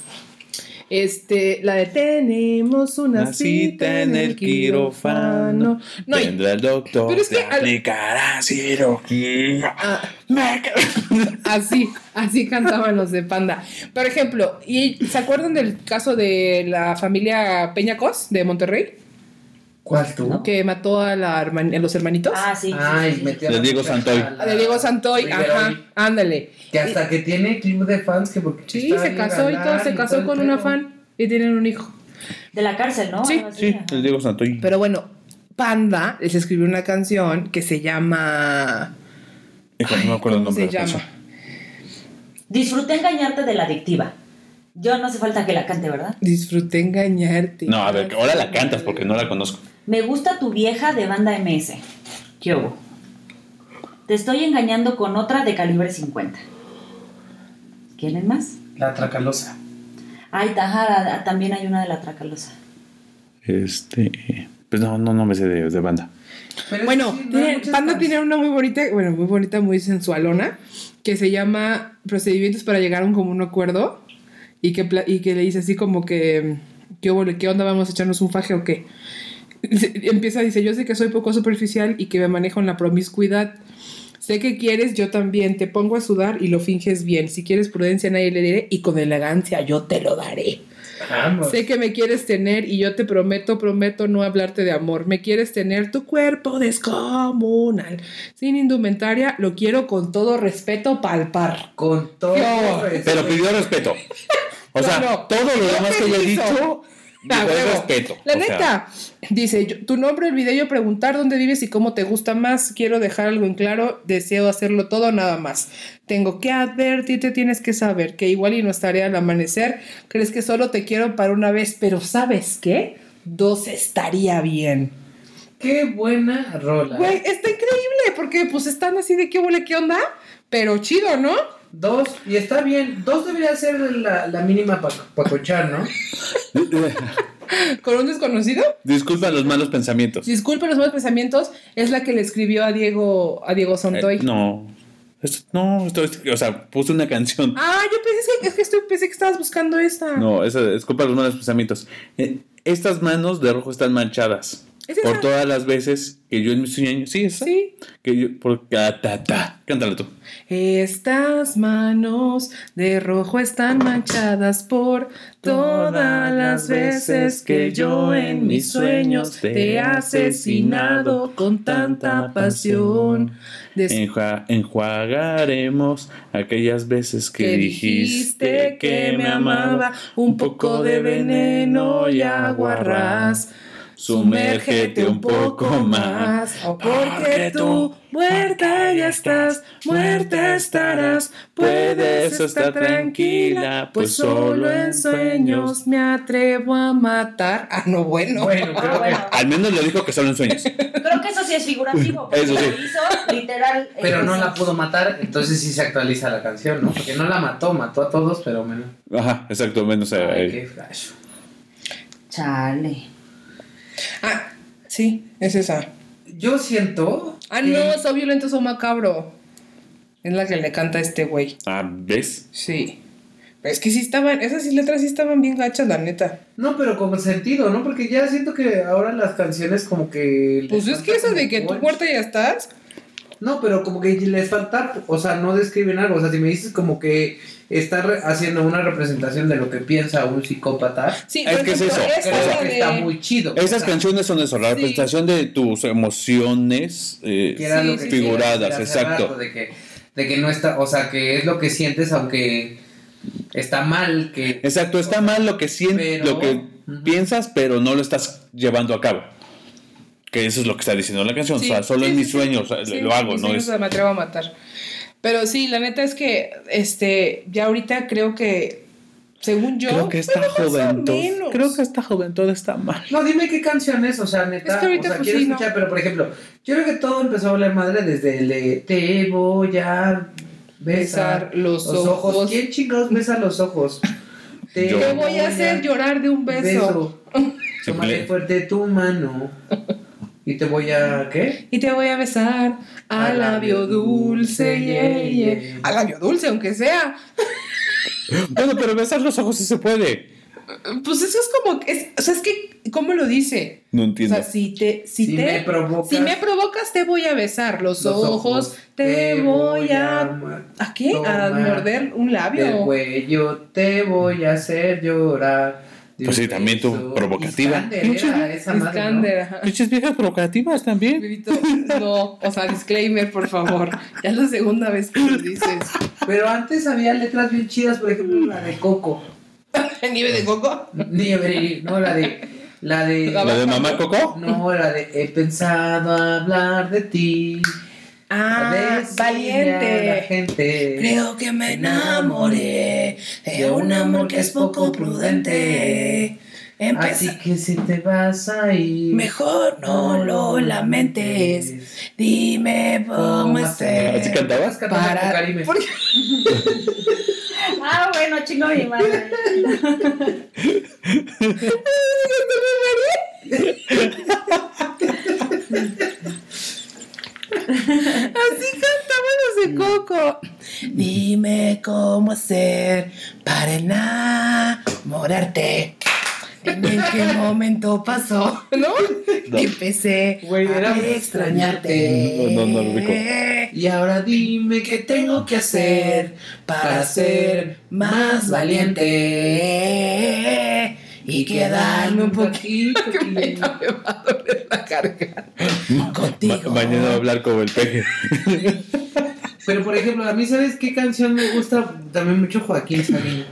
[SPEAKER 2] Este, la de tenemos una,
[SPEAKER 5] Una cita en el quirófano.
[SPEAKER 2] No, y-
[SPEAKER 5] Vendrá el doctor.
[SPEAKER 2] pero es que
[SPEAKER 5] te
[SPEAKER 2] al-
[SPEAKER 5] aplicará cirugía.
[SPEAKER 2] ah,
[SPEAKER 5] Me ca-
[SPEAKER 2] así, así cantaban los de Panda. Por ejemplo, ¿y ¿se acuerdan del caso de la familia Peñacos de Monterrey?
[SPEAKER 3] ¿Cuál tú?
[SPEAKER 2] Que mató a, la herman- a los hermanitos.
[SPEAKER 4] Ah, sí. sí, sí,
[SPEAKER 3] Ay,
[SPEAKER 4] sí.
[SPEAKER 3] metí a
[SPEAKER 5] De
[SPEAKER 3] la
[SPEAKER 5] Diego
[SPEAKER 3] muchacha
[SPEAKER 5] Santoy.
[SPEAKER 3] a la-
[SPEAKER 2] de Diego Santoy,
[SPEAKER 3] Riveroy,
[SPEAKER 2] ajá, ándale.
[SPEAKER 3] Que hasta que tiene club de fans que porque
[SPEAKER 2] Sí,
[SPEAKER 3] está
[SPEAKER 2] se
[SPEAKER 3] bien
[SPEAKER 2] casó y todo,
[SPEAKER 3] galán
[SPEAKER 2] se casó
[SPEAKER 3] el
[SPEAKER 2] con una
[SPEAKER 3] pedo.
[SPEAKER 2] fan y tienen un hijo.
[SPEAKER 4] De la cárcel, ¿no?
[SPEAKER 2] Sí,
[SPEAKER 4] Algo así,
[SPEAKER 5] Sí,
[SPEAKER 4] ajá.
[SPEAKER 5] el Diego Santoy.
[SPEAKER 2] Pero bueno, Panda les escribió una canción que se llama.
[SPEAKER 5] Híjole, no me acuerdo el
[SPEAKER 2] ¿Cómo
[SPEAKER 5] nombre
[SPEAKER 2] se
[SPEAKER 5] de la
[SPEAKER 2] llama?
[SPEAKER 5] canción.
[SPEAKER 4] Disfruté engañarte de la adictiva. Yo no hace falta que la cante, ¿verdad?
[SPEAKER 2] Disfruté engañarte.
[SPEAKER 5] No, a ver, que ahora la cantas porque no la conozco.
[SPEAKER 4] Me gusta tu vieja de banda MS. ¿Qué hubo? Te estoy engañando con otra de calibre 50. ¿Quieren más?
[SPEAKER 3] La tracalosa.
[SPEAKER 4] Ay, taja, también hay una de la Tracalosa.
[SPEAKER 5] Este. Pues no, no, no me sé de, de banda.
[SPEAKER 3] Pero
[SPEAKER 2] Bueno,
[SPEAKER 3] es que sí, no
[SPEAKER 2] tiene-
[SPEAKER 3] hay muchas
[SPEAKER 2] Panda
[SPEAKER 3] fans.
[SPEAKER 2] tiene una muy bonita, bueno, muy bonita, muy sensualona, que se llama Procedimientos para llegar a un común acuerdo y que, pla- y que le dice así como que, ¿qué, hubo? ¿qué onda? ¿Vamos a echarnos un faje o qué? Dice- Empieza, dice, yo sé que soy poco superficial y que me manejo en la promiscuidad. Sé que quieres, yo también. Te pongo a sudar y lo finges bien. Si quieres prudencia, nadie le diré y con elegancia yo te lo daré.
[SPEAKER 3] Vamos.
[SPEAKER 2] Sé que me quieres tener y yo te prometo, prometo no hablarte de amor. Me quieres tener tu cuerpo descomunal. Sin indumentaria, lo quiero con todo respeto palpar.
[SPEAKER 3] Con todo.
[SPEAKER 2] Yo-
[SPEAKER 3] respeto.
[SPEAKER 5] Pero pidió respeto. O sea,
[SPEAKER 2] Claro.
[SPEAKER 5] todo lo
[SPEAKER 2] Yo
[SPEAKER 5] demás que
[SPEAKER 2] te
[SPEAKER 5] le he
[SPEAKER 2] hizo.
[SPEAKER 5] dicho,
[SPEAKER 2] Ah,
[SPEAKER 5] dijo, es
[SPEAKER 2] huevo.
[SPEAKER 5] respeto.
[SPEAKER 2] La
[SPEAKER 5] O sea,
[SPEAKER 2] neta, dice, yo- tu nombre olvidé yo preguntar dónde vives y cómo te gusta más. Quiero dejar algo en claro, deseo hacerlo todo, nada más. Tengo que advertirte, tienes que saber que igual y no estaré al amanecer. Crees que solo te quiero para una vez, pero ¿sabes qué? Dos estaría bien.
[SPEAKER 3] Qué buena rola.
[SPEAKER 2] Güey, está increíble porque pues están así de qué huele, qué onda, pero chido, ¿no?
[SPEAKER 3] Dos, y está bien. Dos debería ser la, la mínima para cochar, ¿no?
[SPEAKER 2] Con un desconocido.
[SPEAKER 5] Disculpa los malos pensamientos.
[SPEAKER 2] Disculpen los malos pensamientos, es la que le escribió a Diego a Diego Santoy.
[SPEAKER 5] Eh, no. Esto- no, esto es- o sea, puse una canción.
[SPEAKER 2] Ah, yo pensé que, es que estoy- pensé que estabas buscando esta.
[SPEAKER 5] No, esa, disculpa los malos pensamientos. Eh, estas manos de rojo están manchadas.
[SPEAKER 2] ¿Es esa?
[SPEAKER 5] Por todas las veces que yo en mis sueños. Sí, esa.
[SPEAKER 2] Sí.
[SPEAKER 5] Que yo. Por, ta, ta, ta. Cántala tú.
[SPEAKER 2] Estas manos de rojo están manchadas por todas las veces que yo en mis sueños te he asesinado con tanta pasión. Des-
[SPEAKER 5] Enjua- enjuagaremos aquellas veces que, dijiste que me amaba.
[SPEAKER 2] un poco de veneno y agua ras.
[SPEAKER 5] Sumérgete un poco más.
[SPEAKER 2] porque tú muerta ya estás, muerta estarás. Puedes estar tranquila, pues solo en sueños me atrevo a matar. Ah, no, bueno.
[SPEAKER 3] Bueno,
[SPEAKER 4] Ah,
[SPEAKER 3] creo
[SPEAKER 4] bueno.
[SPEAKER 3] que-
[SPEAKER 5] Al menos lo dijo que solo en sueños.
[SPEAKER 4] Creo que eso sí es figurativo. porque
[SPEAKER 5] Eso sí.
[SPEAKER 4] lo hizo literal. eh,
[SPEAKER 3] Pero no
[SPEAKER 4] sí.
[SPEAKER 3] la pudo matar, entonces sí se actualiza la canción, ¿no? Porque no la mató, mató a todos, pero menos.
[SPEAKER 5] Ajá, exacto, menos eh, a
[SPEAKER 3] Ay,
[SPEAKER 5] él.
[SPEAKER 3] qué flash.
[SPEAKER 4] Chale.
[SPEAKER 2] Ah, sí, es esa.
[SPEAKER 3] Yo siento.
[SPEAKER 2] Ah,
[SPEAKER 3] que-
[SPEAKER 2] no, so violento, so macabro. Es la que le canta a este güey.
[SPEAKER 5] Ah, ¿ves?
[SPEAKER 2] Sí. Pero es que sí estaban, esas sí letras sí estaban bien gachas, la neta.
[SPEAKER 3] No, pero con sentido, ¿no? Porque ya siento que ahora las canciones como que... les
[SPEAKER 2] Pues es
[SPEAKER 3] falta
[SPEAKER 2] que eso
[SPEAKER 3] como
[SPEAKER 2] de que tú
[SPEAKER 3] punch.
[SPEAKER 2] muerta ya estás.
[SPEAKER 3] No, pero como que les falta, o sea, no describen algo. O sea, si me dices como que está re- haciendo una representación de lo que piensa un psicópata,
[SPEAKER 2] Sí,
[SPEAKER 5] Es
[SPEAKER 2] por
[SPEAKER 5] que es
[SPEAKER 2] ejemplo,
[SPEAKER 5] eso,
[SPEAKER 2] esa
[SPEAKER 3] creo
[SPEAKER 5] o sea,
[SPEAKER 2] la
[SPEAKER 3] que
[SPEAKER 2] de-
[SPEAKER 3] está muy chido.
[SPEAKER 5] Esas
[SPEAKER 3] O sea,
[SPEAKER 5] canciones son eso, la
[SPEAKER 2] Sí.
[SPEAKER 5] representación de tus emociones. eh,
[SPEAKER 3] que era
[SPEAKER 2] Sí,
[SPEAKER 3] lo que
[SPEAKER 2] sí,
[SPEAKER 5] figuradas,
[SPEAKER 3] decía hace
[SPEAKER 5] exacto.
[SPEAKER 3] rato, de, que, de que no está, o sea, que es lo que sientes, aunque está mal, que...
[SPEAKER 5] exacto, está mal lo que sientes,
[SPEAKER 3] Pero-
[SPEAKER 5] lo que
[SPEAKER 3] Ujú.
[SPEAKER 5] piensas, pero no lo estás llevando a cabo. Que eso es lo que está diciendo la canción.
[SPEAKER 2] Sí,
[SPEAKER 5] o sea, solo
[SPEAKER 2] sí,
[SPEAKER 5] en
[SPEAKER 2] sí,
[SPEAKER 5] mis
[SPEAKER 2] sí.
[SPEAKER 5] sueños o sea,
[SPEAKER 2] Sí,
[SPEAKER 5] lo hago,
[SPEAKER 2] mis
[SPEAKER 5] ¿no?
[SPEAKER 2] sueños
[SPEAKER 5] Es,
[SPEAKER 2] Me atrevo a matar. Pero sí, la neta es que este ya ahorita creo que según yo
[SPEAKER 5] creo que esta
[SPEAKER 2] bueno, más o
[SPEAKER 5] juventud.
[SPEAKER 2] menos.
[SPEAKER 5] Creo que esta juventud está mal.
[SPEAKER 3] No, dime qué canción es, o sea, neta,
[SPEAKER 2] Es que ahorita,
[SPEAKER 3] o sea,
[SPEAKER 2] pues,
[SPEAKER 3] quiero
[SPEAKER 2] sí, no.
[SPEAKER 3] escuchar, pero por ejemplo, yo creo que todo empezó a hablar madre desde el de te voy a besar,
[SPEAKER 2] besar los,
[SPEAKER 3] los ojos.
[SPEAKER 2] ojos.
[SPEAKER 3] ¿Quién chingados besa los ojos?
[SPEAKER 5] Yo.
[SPEAKER 2] Te voy a hacer llorar de un beso.
[SPEAKER 3] Tómate fuerte tu mano. Y te voy a. ¿Qué?
[SPEAKER 2] Y te voy a besar a,
[SPEAKER 3] A
[SPEAKER 2] labio
[SPEAKER 3] labio
[SPEAKER 2] dulce,
[SPEAKER 3] dulce,
[SPEAKER 2] ye,
[SPEAKER 3] ye,
[SPEAKER 2] ye.
[SPEAKER 3] ye.
[SPEAKER 2] A labio dulce, aunque sea.
[SPEAKER 5] Bueno, pero besar los ojos sí se puede.
[SPEAKER 2] Pues eso es como. Es, o sea, es que. ¿Cómo lo dice?
[SPEAKER 5] No
[SPEAKER 2] O
[SPEAKER 5] entiendo.
[SPEAKER 2] sea, si te. Si,
[SPEAKER 3] Si
[SPEAKER 2] te
[SPEAKER 3] me provocas.
[SPEAKER 2] si me provocas, te voy a besar los, ojos, Te voy a.
[SPEAKER 3] amar.
[SPEAKER 2] ¿A qué? A
[SPEAKER 3] tomar
[SPEAKER 2] morder un
[SPEAKER 3] Del
[SPEAKER 2] labio.
[SPEAKER 3] cuello te voy a hacer llorar. de
[SPEAKER 5] Pues sí,
[SPEAKER 3] un
[SPEAKER 5] también tú,
[SPEAKER 3] beso.
[SPEAKER 5] provocativa.
[SPEAKER 3] Iskander era esa madre, ¿no?
[SPEAKER 2] Iskander, ajá.
[SPEAKER 5] Pinches viejas provocativas también.
[SPEAKER 2] Bebito, No, o sea, disclaimer, por favor. Ya es la segunda vez que lo dices.
[SPEAKER 3] Pero antes había letras bien chidas, por ejemplo, la de Coco.
[SPEAKER 2] ¿Nieve de coco?
[SPEAKER 3] Nieve, no, la de. La de.
[SPEAKER 2] La
[SPEAKER 5] ¿La de mamá Coco?
[SPEAKER 3] No, la de. He pensado hablar de ti.
[SPEAKER 2] Ah,
[SPEAKER 3] decirle a La
[SPEAKER 2] valiente.
[SPEAKER 3] gente.
[SPEAKER 2] Creo que me enamoré de un amor que es poco prudente.
[SPEAKER 3] Así
[SPEAKER 2] Empecé,
[SPEAKER 3] que si te vas a ir.
[SPEAKER 2] mejor no lo lamentes. Dime cómo
[SPEAKER 5] ¿Así
[SPEAKER 2] estés.
[SPEAKER 5] cantabas?
[SPEAKER 3] Para...
[SPEAKER 2] Para.
[SPEAKER 3] Karime.
[SPEAKER 2] ¿Por qué?
[SPEAKER 4] Ah, bueno, chingo mi madre.
[SPEAKER 2] Así cantaban los de Coco. Dime cómo hacer para enamorarte. En el que momento pasó, ¿no?
[SPEAKER 5] No.
[SPEAKER 2] Empecé
[SPEAKER 3] Güey,
[SPEAKER 2] a
[SPEAKER 3] era-
[SPEAKER 2] extrañarte.
[SPEAKER 5] No, no, no, rico.
[SPEAKER 3] Y ahora dime qué tengo que hacer para ser más valiente y quedarme un poquito. aquí.
[SPEAKER 2] Me va a doler la carga.
[SPEAKER 5] Ma-
[SPEAKER 2] Contigo.
[SPEAKER 5] mañana va a hablar como el peje.
[SPEAKER 3] Pero por ejemplo, a mí, ¿sabes qué canción me gusta también mucho Joaquín Sabina?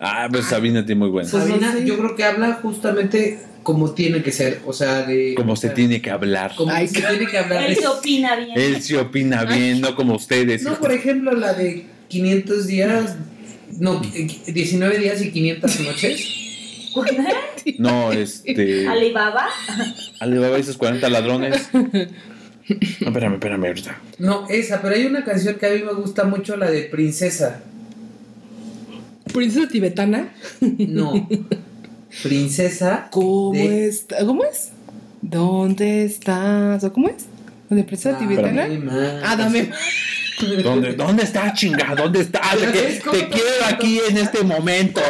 [SPEAKER 5] Ah, pues Sabina tiene muy buena.
[SPEAKER 2] Pues no
[SPEAKER 3] Sabina,
[SPEAKER 2] sé.
[SPEAKER 3] yo creo que habla justamente como tiene que ser, o sea, de.
[SPEAKER 5] Como se
[SPEAKER 3] o sea,
[SPEAKER 5] tiene que hablar.
[SPEAKER 3] Como
[SPEAKER 2] Ay,
[SPEAKER 3] se tiene que hablar.
[SPEAKER 4] Él
[SPEAKER 3] de-
[SPEAKER 4] se opina bien.
[SPEAKER 5] Él sí opina bien, no como ustedes.
[SPEAKER 3] No, por ejemplo, la de 500 días. No, 19 días y 500 noches.
[SPEAKER 5] No, este.
[SPEAKER 4] Alibaba.
[SPEAKER 5] Alibaba y sus 40 ladrones. No, espérame, espérame ahorita.
[SPEAKER 3] No, esa, pero hay una canción que a mí me gusta mucho, la de Princesa.
[SPEAKER 2] Princesa tibetana.
[SPEAKER 3] No. Princesa.
[SPEAKER 2] ¿Cómo
[SPEAKER 3] de-
[SPEAKER 2] está? ¿Cómo es? ¿Dónde estás? ¿O cómo es? ¿Dónde princesa
[SPEAKER 3] Ah,
[SPEAKER 2] tibetana?
[SPEAKER 3] Dame más.
[SPEAKER 2] Ah, dame.
[SPEAKER 5] ¿Dónde, dónde está, chinga? ¿Dónde está? Ah, Te, que-
[SPEAKER 3] ¿Cómo
[SPEAKER 5] te
[SPEAKER 3] te-
[SPEAKER 5] quiero aquí en este momento.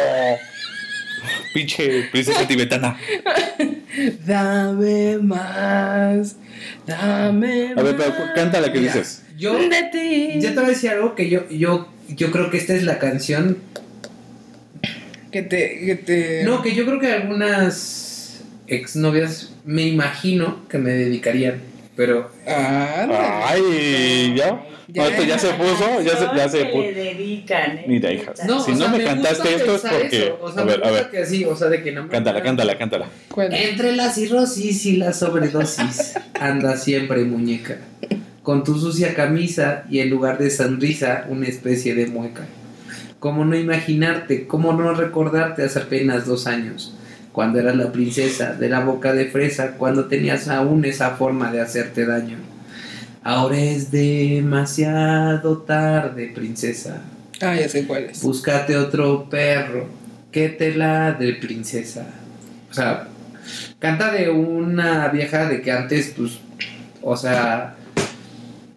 [SPEAKER 5] Pinche princesa tibetana.
[SPEAKER 2] Dame más. Dame más.
[SPEAKER 5] A ver, pero cu- canta la que
[SPEAKER 3] Mira,
[SPEAKER 5] dices.
[SPEAKER 3] Yo,
[SPEAKER 2] De ti.
[SPEAKER 3] yo te voy a decir algo que yo, yo, yo creo que esta es la canción.
[SPEAKER 2] Que te. Que te...
[SPEAKER 3] No, que yo creo que algunas exnovias me imagino que me dedicarían. Pero
[SPEAKER 2] Ah,
[SPEAKER 5] Ay, ya.
[SPEAKER 2] Ya.
[SPEAKER 5] No, esto ya se puso, ya se, ya se
[SPEAKER 4] Que
[SPEAKER 5] puso.
[SPEAKER 4] le dedican. ¿eh?
[SPEAKER 5] Mira, hija,
[SPEAKER 3] No,
[SPEAKER 5] Si
[SPEAKER 3] o
[SPEAKER 5] no
[SPEAKER 3] sea,
[SPEAKER 5] me
[SPEAKER 3] gusta
[SPEAKER 5] cantaste esto es
[SPEAKER 3] pensar
[SPEAKER 5] porque-
[SPEAKER 3] eso, O sea,
[SPEAKER 5] a
[SPEAKER 3] me
[SPEAKER 5] ver, a
[SPEAKER 3] gusta
[SPEAKER 5] ver.
[SPEAKER 3] que así, o sea, de que no me-
[SPEAKER 5] Cántala, cántala, cántala.
[SPEAKER 2] ¿cuál?
[SPEAKER 3] Entre la cirrosis y la sobredosis anda siempre muñeca. Con tu sucia camisa y en lugar de sonrisa una especie de mueca. ¿Cómo no imaginarte, cómo no recordarte hace apenas dos años? Cuando eras la princesa de la boca de fresa, cuando tenías aún esa forma de hacerte daño. Ahora es demasiado tarde, princesa.
[SPEAKER 2] Ah, ya sé cuál es.
[SPEAKER 3] Búscate otro perro que te ladre, princesa. O sea, canta de una vieja de que antes, pues, o sea,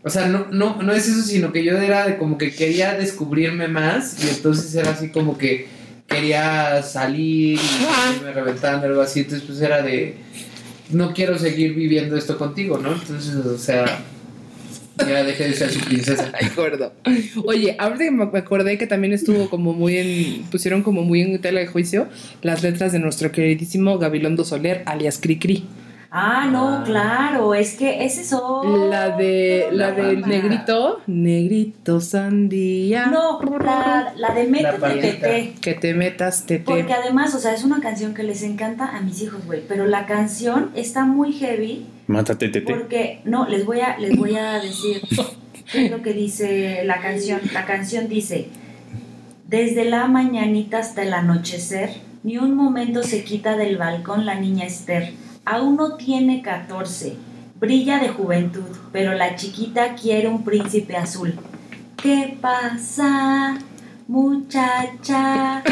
[SPEAKER 3] o sea, no, no, no es eso, sino que yo era de como que quería descubrirme más y entonces era así como que quería salir y me reventando algo así, entonces pues era de no quiero seguir viviendo esto contigo, ¿no? Entonces, o sea, ya dejé de ser su princesa.
[SPEAKER 2] Ay, gordo. Oye, ahorita que me me acordé que también estuvo como muy en. Pusieron como muy en tela de juicio las letras de nuestro queridísimo Gabilondo Soler, alias Cricri.
[SPEAKER 4] Ah, no,
[SPEAKER 3] Ah.
[SPEAKER 4] claro, es que ese es otro
[SPEAKER 2] La de.
[SPEAKER 4] Oh,
[SPEAKER 2] La
[SPEAKER 3] La
[SPEAKER 2] del
[SPEAKER 4] tema.
[SPEAKER 2] negrito. Negrito sandía.
[SPEAKER 4] No, la, la de Métete
[SPEAKER 3] parienta.
[SPEAKER 4] Tete.
[SPEAKER 2] Que te metas, tete.
[SPEAKER 4] Porque además, o sea, es una canción que les encanta a mis hijos, güey. Pero la canción está muy heavy
[SPEAKER 5] Mátate, tete.
[SPEAKER 4] porque, no, les voy a, les voy a decir qué es lo que dice la canción. La canción dice, desde la mañanita hasta el anochecer, ni un momento se quita del balcón la niña Esther. Aún no tiene 14, brilla de juventud, pero la chiquita quiere un príncipe azul. ¿Qué pasa, muchacha?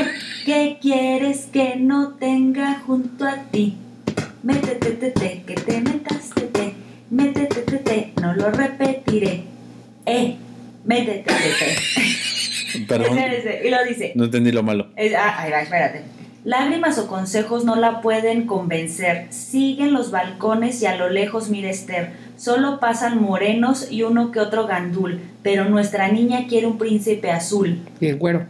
[SPEAKER 4] ¿Qué quieres que no tenga junto a ti? Eh,
[SPEAKER 5] Perdón,
[SPEAKER 4] Espérense, Y lo dice.
[SPEAKER 5] no entendí lo malo.
[SPEAKER 4] Es- ah, ahí va, espérate. Lágrimas o consejos no la pueden convencer. Siguen los balcones y a lo lejos mira Esther. Solo pasan morenos y uno que otro gandul, pero nuestra niña quiere un príncipe azul.
[SPEAKER 2] Y el güero.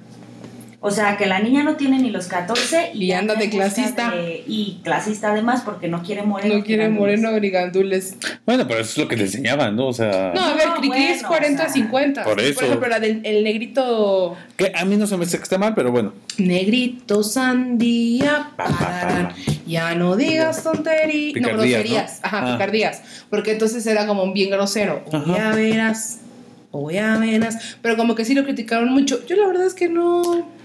[SPEAKER 4] O sea, que la niña no tiene ni los 14 y,
[SPEAKER 2] Y anda de
[SPEAKER 4] en busca
[SPEAKER 2] clasista.
[SPEAKER 4] de- y clasista además porque no quiere moreno.
[SPEAKER 2] No quiere moreno brigandules.
[SPEAKER 5] Bueno, pero eso es lo que te enseñaban, ¿no? O sea,
[SPEAKER 2] No, a ver,
[SPEAKER 4] No,
[SPEAKER 2] Cricri es
[SPEAKER 4] bueno,
[SPEAKER 2] 40
[SPEAKER 4] o sea,
[SPEAKER 2] 50.
[SPEAKER 5] por eso.
[SPEAKER 2] ejemplo, la del el negrito.
[SPEAKER 5] que a mí no se me hace que esté mal, pero bueno.
[SPEAKER 2] Negrito sandía.
[SPEAKER 5] Pa, pa, pa,
[SPEAKER 2] pararán.
[SPEAKER 5] pa.
[SPEAKER 2] Ya no digas tonterías. No,
[SPEAKER 5] Picardías, ¿no?
[SPEAKER 2] groserías. Ajá,
[SPEAKER 5] Ah.
[SPEAKER 2] picardías. Porque entonces era como un bien grosero. O
[SPEAKER 5] Ajá.
[SPEAKER 2] ya verás. O ya verás. Pero como que sí lo criticaron mucho. Yo la verdad es que no.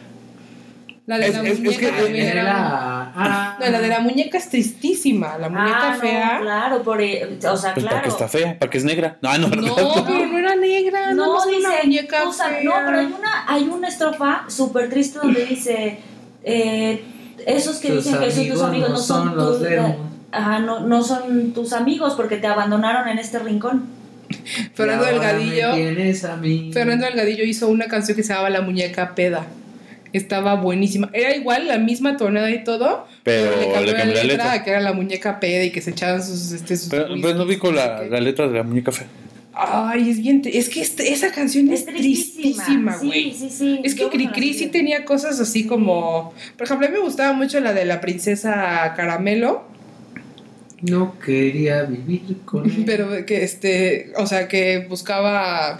[SPEAKER 2] La de
[SPEAKER 5] Es-
[SPEAKER 2] la
[SPEAKER 5] es- es
[SPEAKER 2] muñeca
[SPEAKER 5] que-
[SPEAKER 2] también
[SPEAKER 3] Era
[SPEAKER 2] era-
[SPEAKER 3] la- ah.
[SPEAKER 2] No, la de la muñeca es tristísima. La muñeca
[SPEAKER 4] Ah, no,
[SPEAKER 2] fea.
[SPEAKER 4] claro, por, eh, o sea,
[SPEAKER 5] Pues para
[SPEAKER 4] claro.
[SPEAKER 5] que está fea, para que es negra. No, no,
[SPEAKER 2] No,
[SPEAKER 5] ¿verdad?
[SPEAKER 2] pero no era negra. Ah, No,
[SPEAKER 4] No,
[SPEAKER 2] no era una
[SPEAKER 4] dice,
[SPEAKER 2] muñeca
[SPEAKER 4] o sea,
[SPEAKER 2] fea.
[SPEAKER 4] no, pero hay una, hay una estrofa súper triste donde dice, eh, esos que
[SPEAKER 3] Tus
[SPEAKER 4] dicen que son tus amigos no son,
[SPEAKER 3] los
[SPEAKER 4] tus- eh,
[SPEAKER 3] de-
[SPEAKER 4] ajá, no, no son tus amigos porque te abandonaron en este rincón.
[SPEAKER 2] Fernando
[SPEAKER 3] Y ahora me
[SPEAKER 2] Delgadillo.
[SPEAKER 3] tienes a mí.
[SPEAKER 2] Fernando Delgadillo hizo una canción que se llamaba La Muñeca Peda. Estaba buenísima. Era igual, la misma tonada y todo.
[SPEAKER 5] Pero
[SPEAKER 2] le cambió
[SPEAKER 5] le cambió la letra.
[SPEAKER 2] a que era la muñeca peda y que se echaban sus. Este, sus
[SPEAKER 5] Pero, pero no
[SPEAKER 2] whiskies,
[SPEAKER 5] vi con la,
[SPEAKER 2] sé qué.
[SPEAKER 5] la letra de la muñeca fea.
[SPEAKER 2] Ay, es bien. tri- Es que este- esa canción es,
[SPEAKER 4] Es
[SPEAKER 2] tristísima,
[SPEAKER 4] tristísima.
[SPEAKER 2] güey.
[SPEAKER 4] Sí, sí, sí.
[SPEAKER 2] Es que
[SPEAKER 4] Yo cuando la
[SPEAKER 2] Cricri sí
[SPEAKER 4] vi-
[SPEAKER 2] tenía cosas así como. Por ejemplo, a mí me gustaba mucho la de la princesa Caramelo.
[SPEAKER 3] No quería vivir con él.
[SPEAKER 2] Pero que este, o sea, que buscaba. Ah,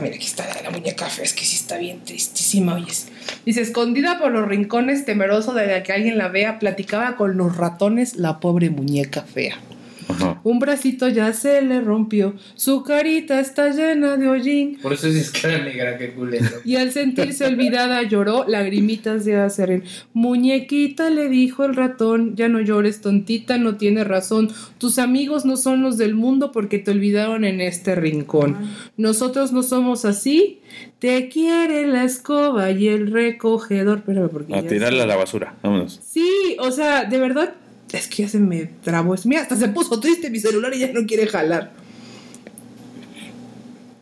[SPEAKER 2] mira, aquí está la, de la muñeca fea, es que sí está bien tristísima, oyes. Dice, escondida por los rincones, temeroso de la que alguien la vea, platicaba con los ratones la pobre muñeca fea. Un bracito ya se le rompió, su carita está llena de hollín.
[SPEAKER 3] Por eso es cara negra, qué culero.
[SPEAKER 2] Y al sentirse olvidada lloró, lagrimitas de acerrín. Muñequita, le dijo el ratón, ya no llores, tontita, no tiene razón. Tus amigos no son los del mundo porque te olvidaron en este rincón. Nosotros no somos así. Te quiere la escoba y el recogedor. Espérame, porque
[SPEAKER 5] A
[SPEAKER 2] ya
[SPEAKER 5] tirarla
[SPEAKER 2] se-
[SPEAKER 5] a la basura, vámonos.
[SPEAKER 2] Sí, o sea, de verdad, es que ya se me trabó. Es- Mira, hasta se puso triste mi celular y ya no quiere jalar.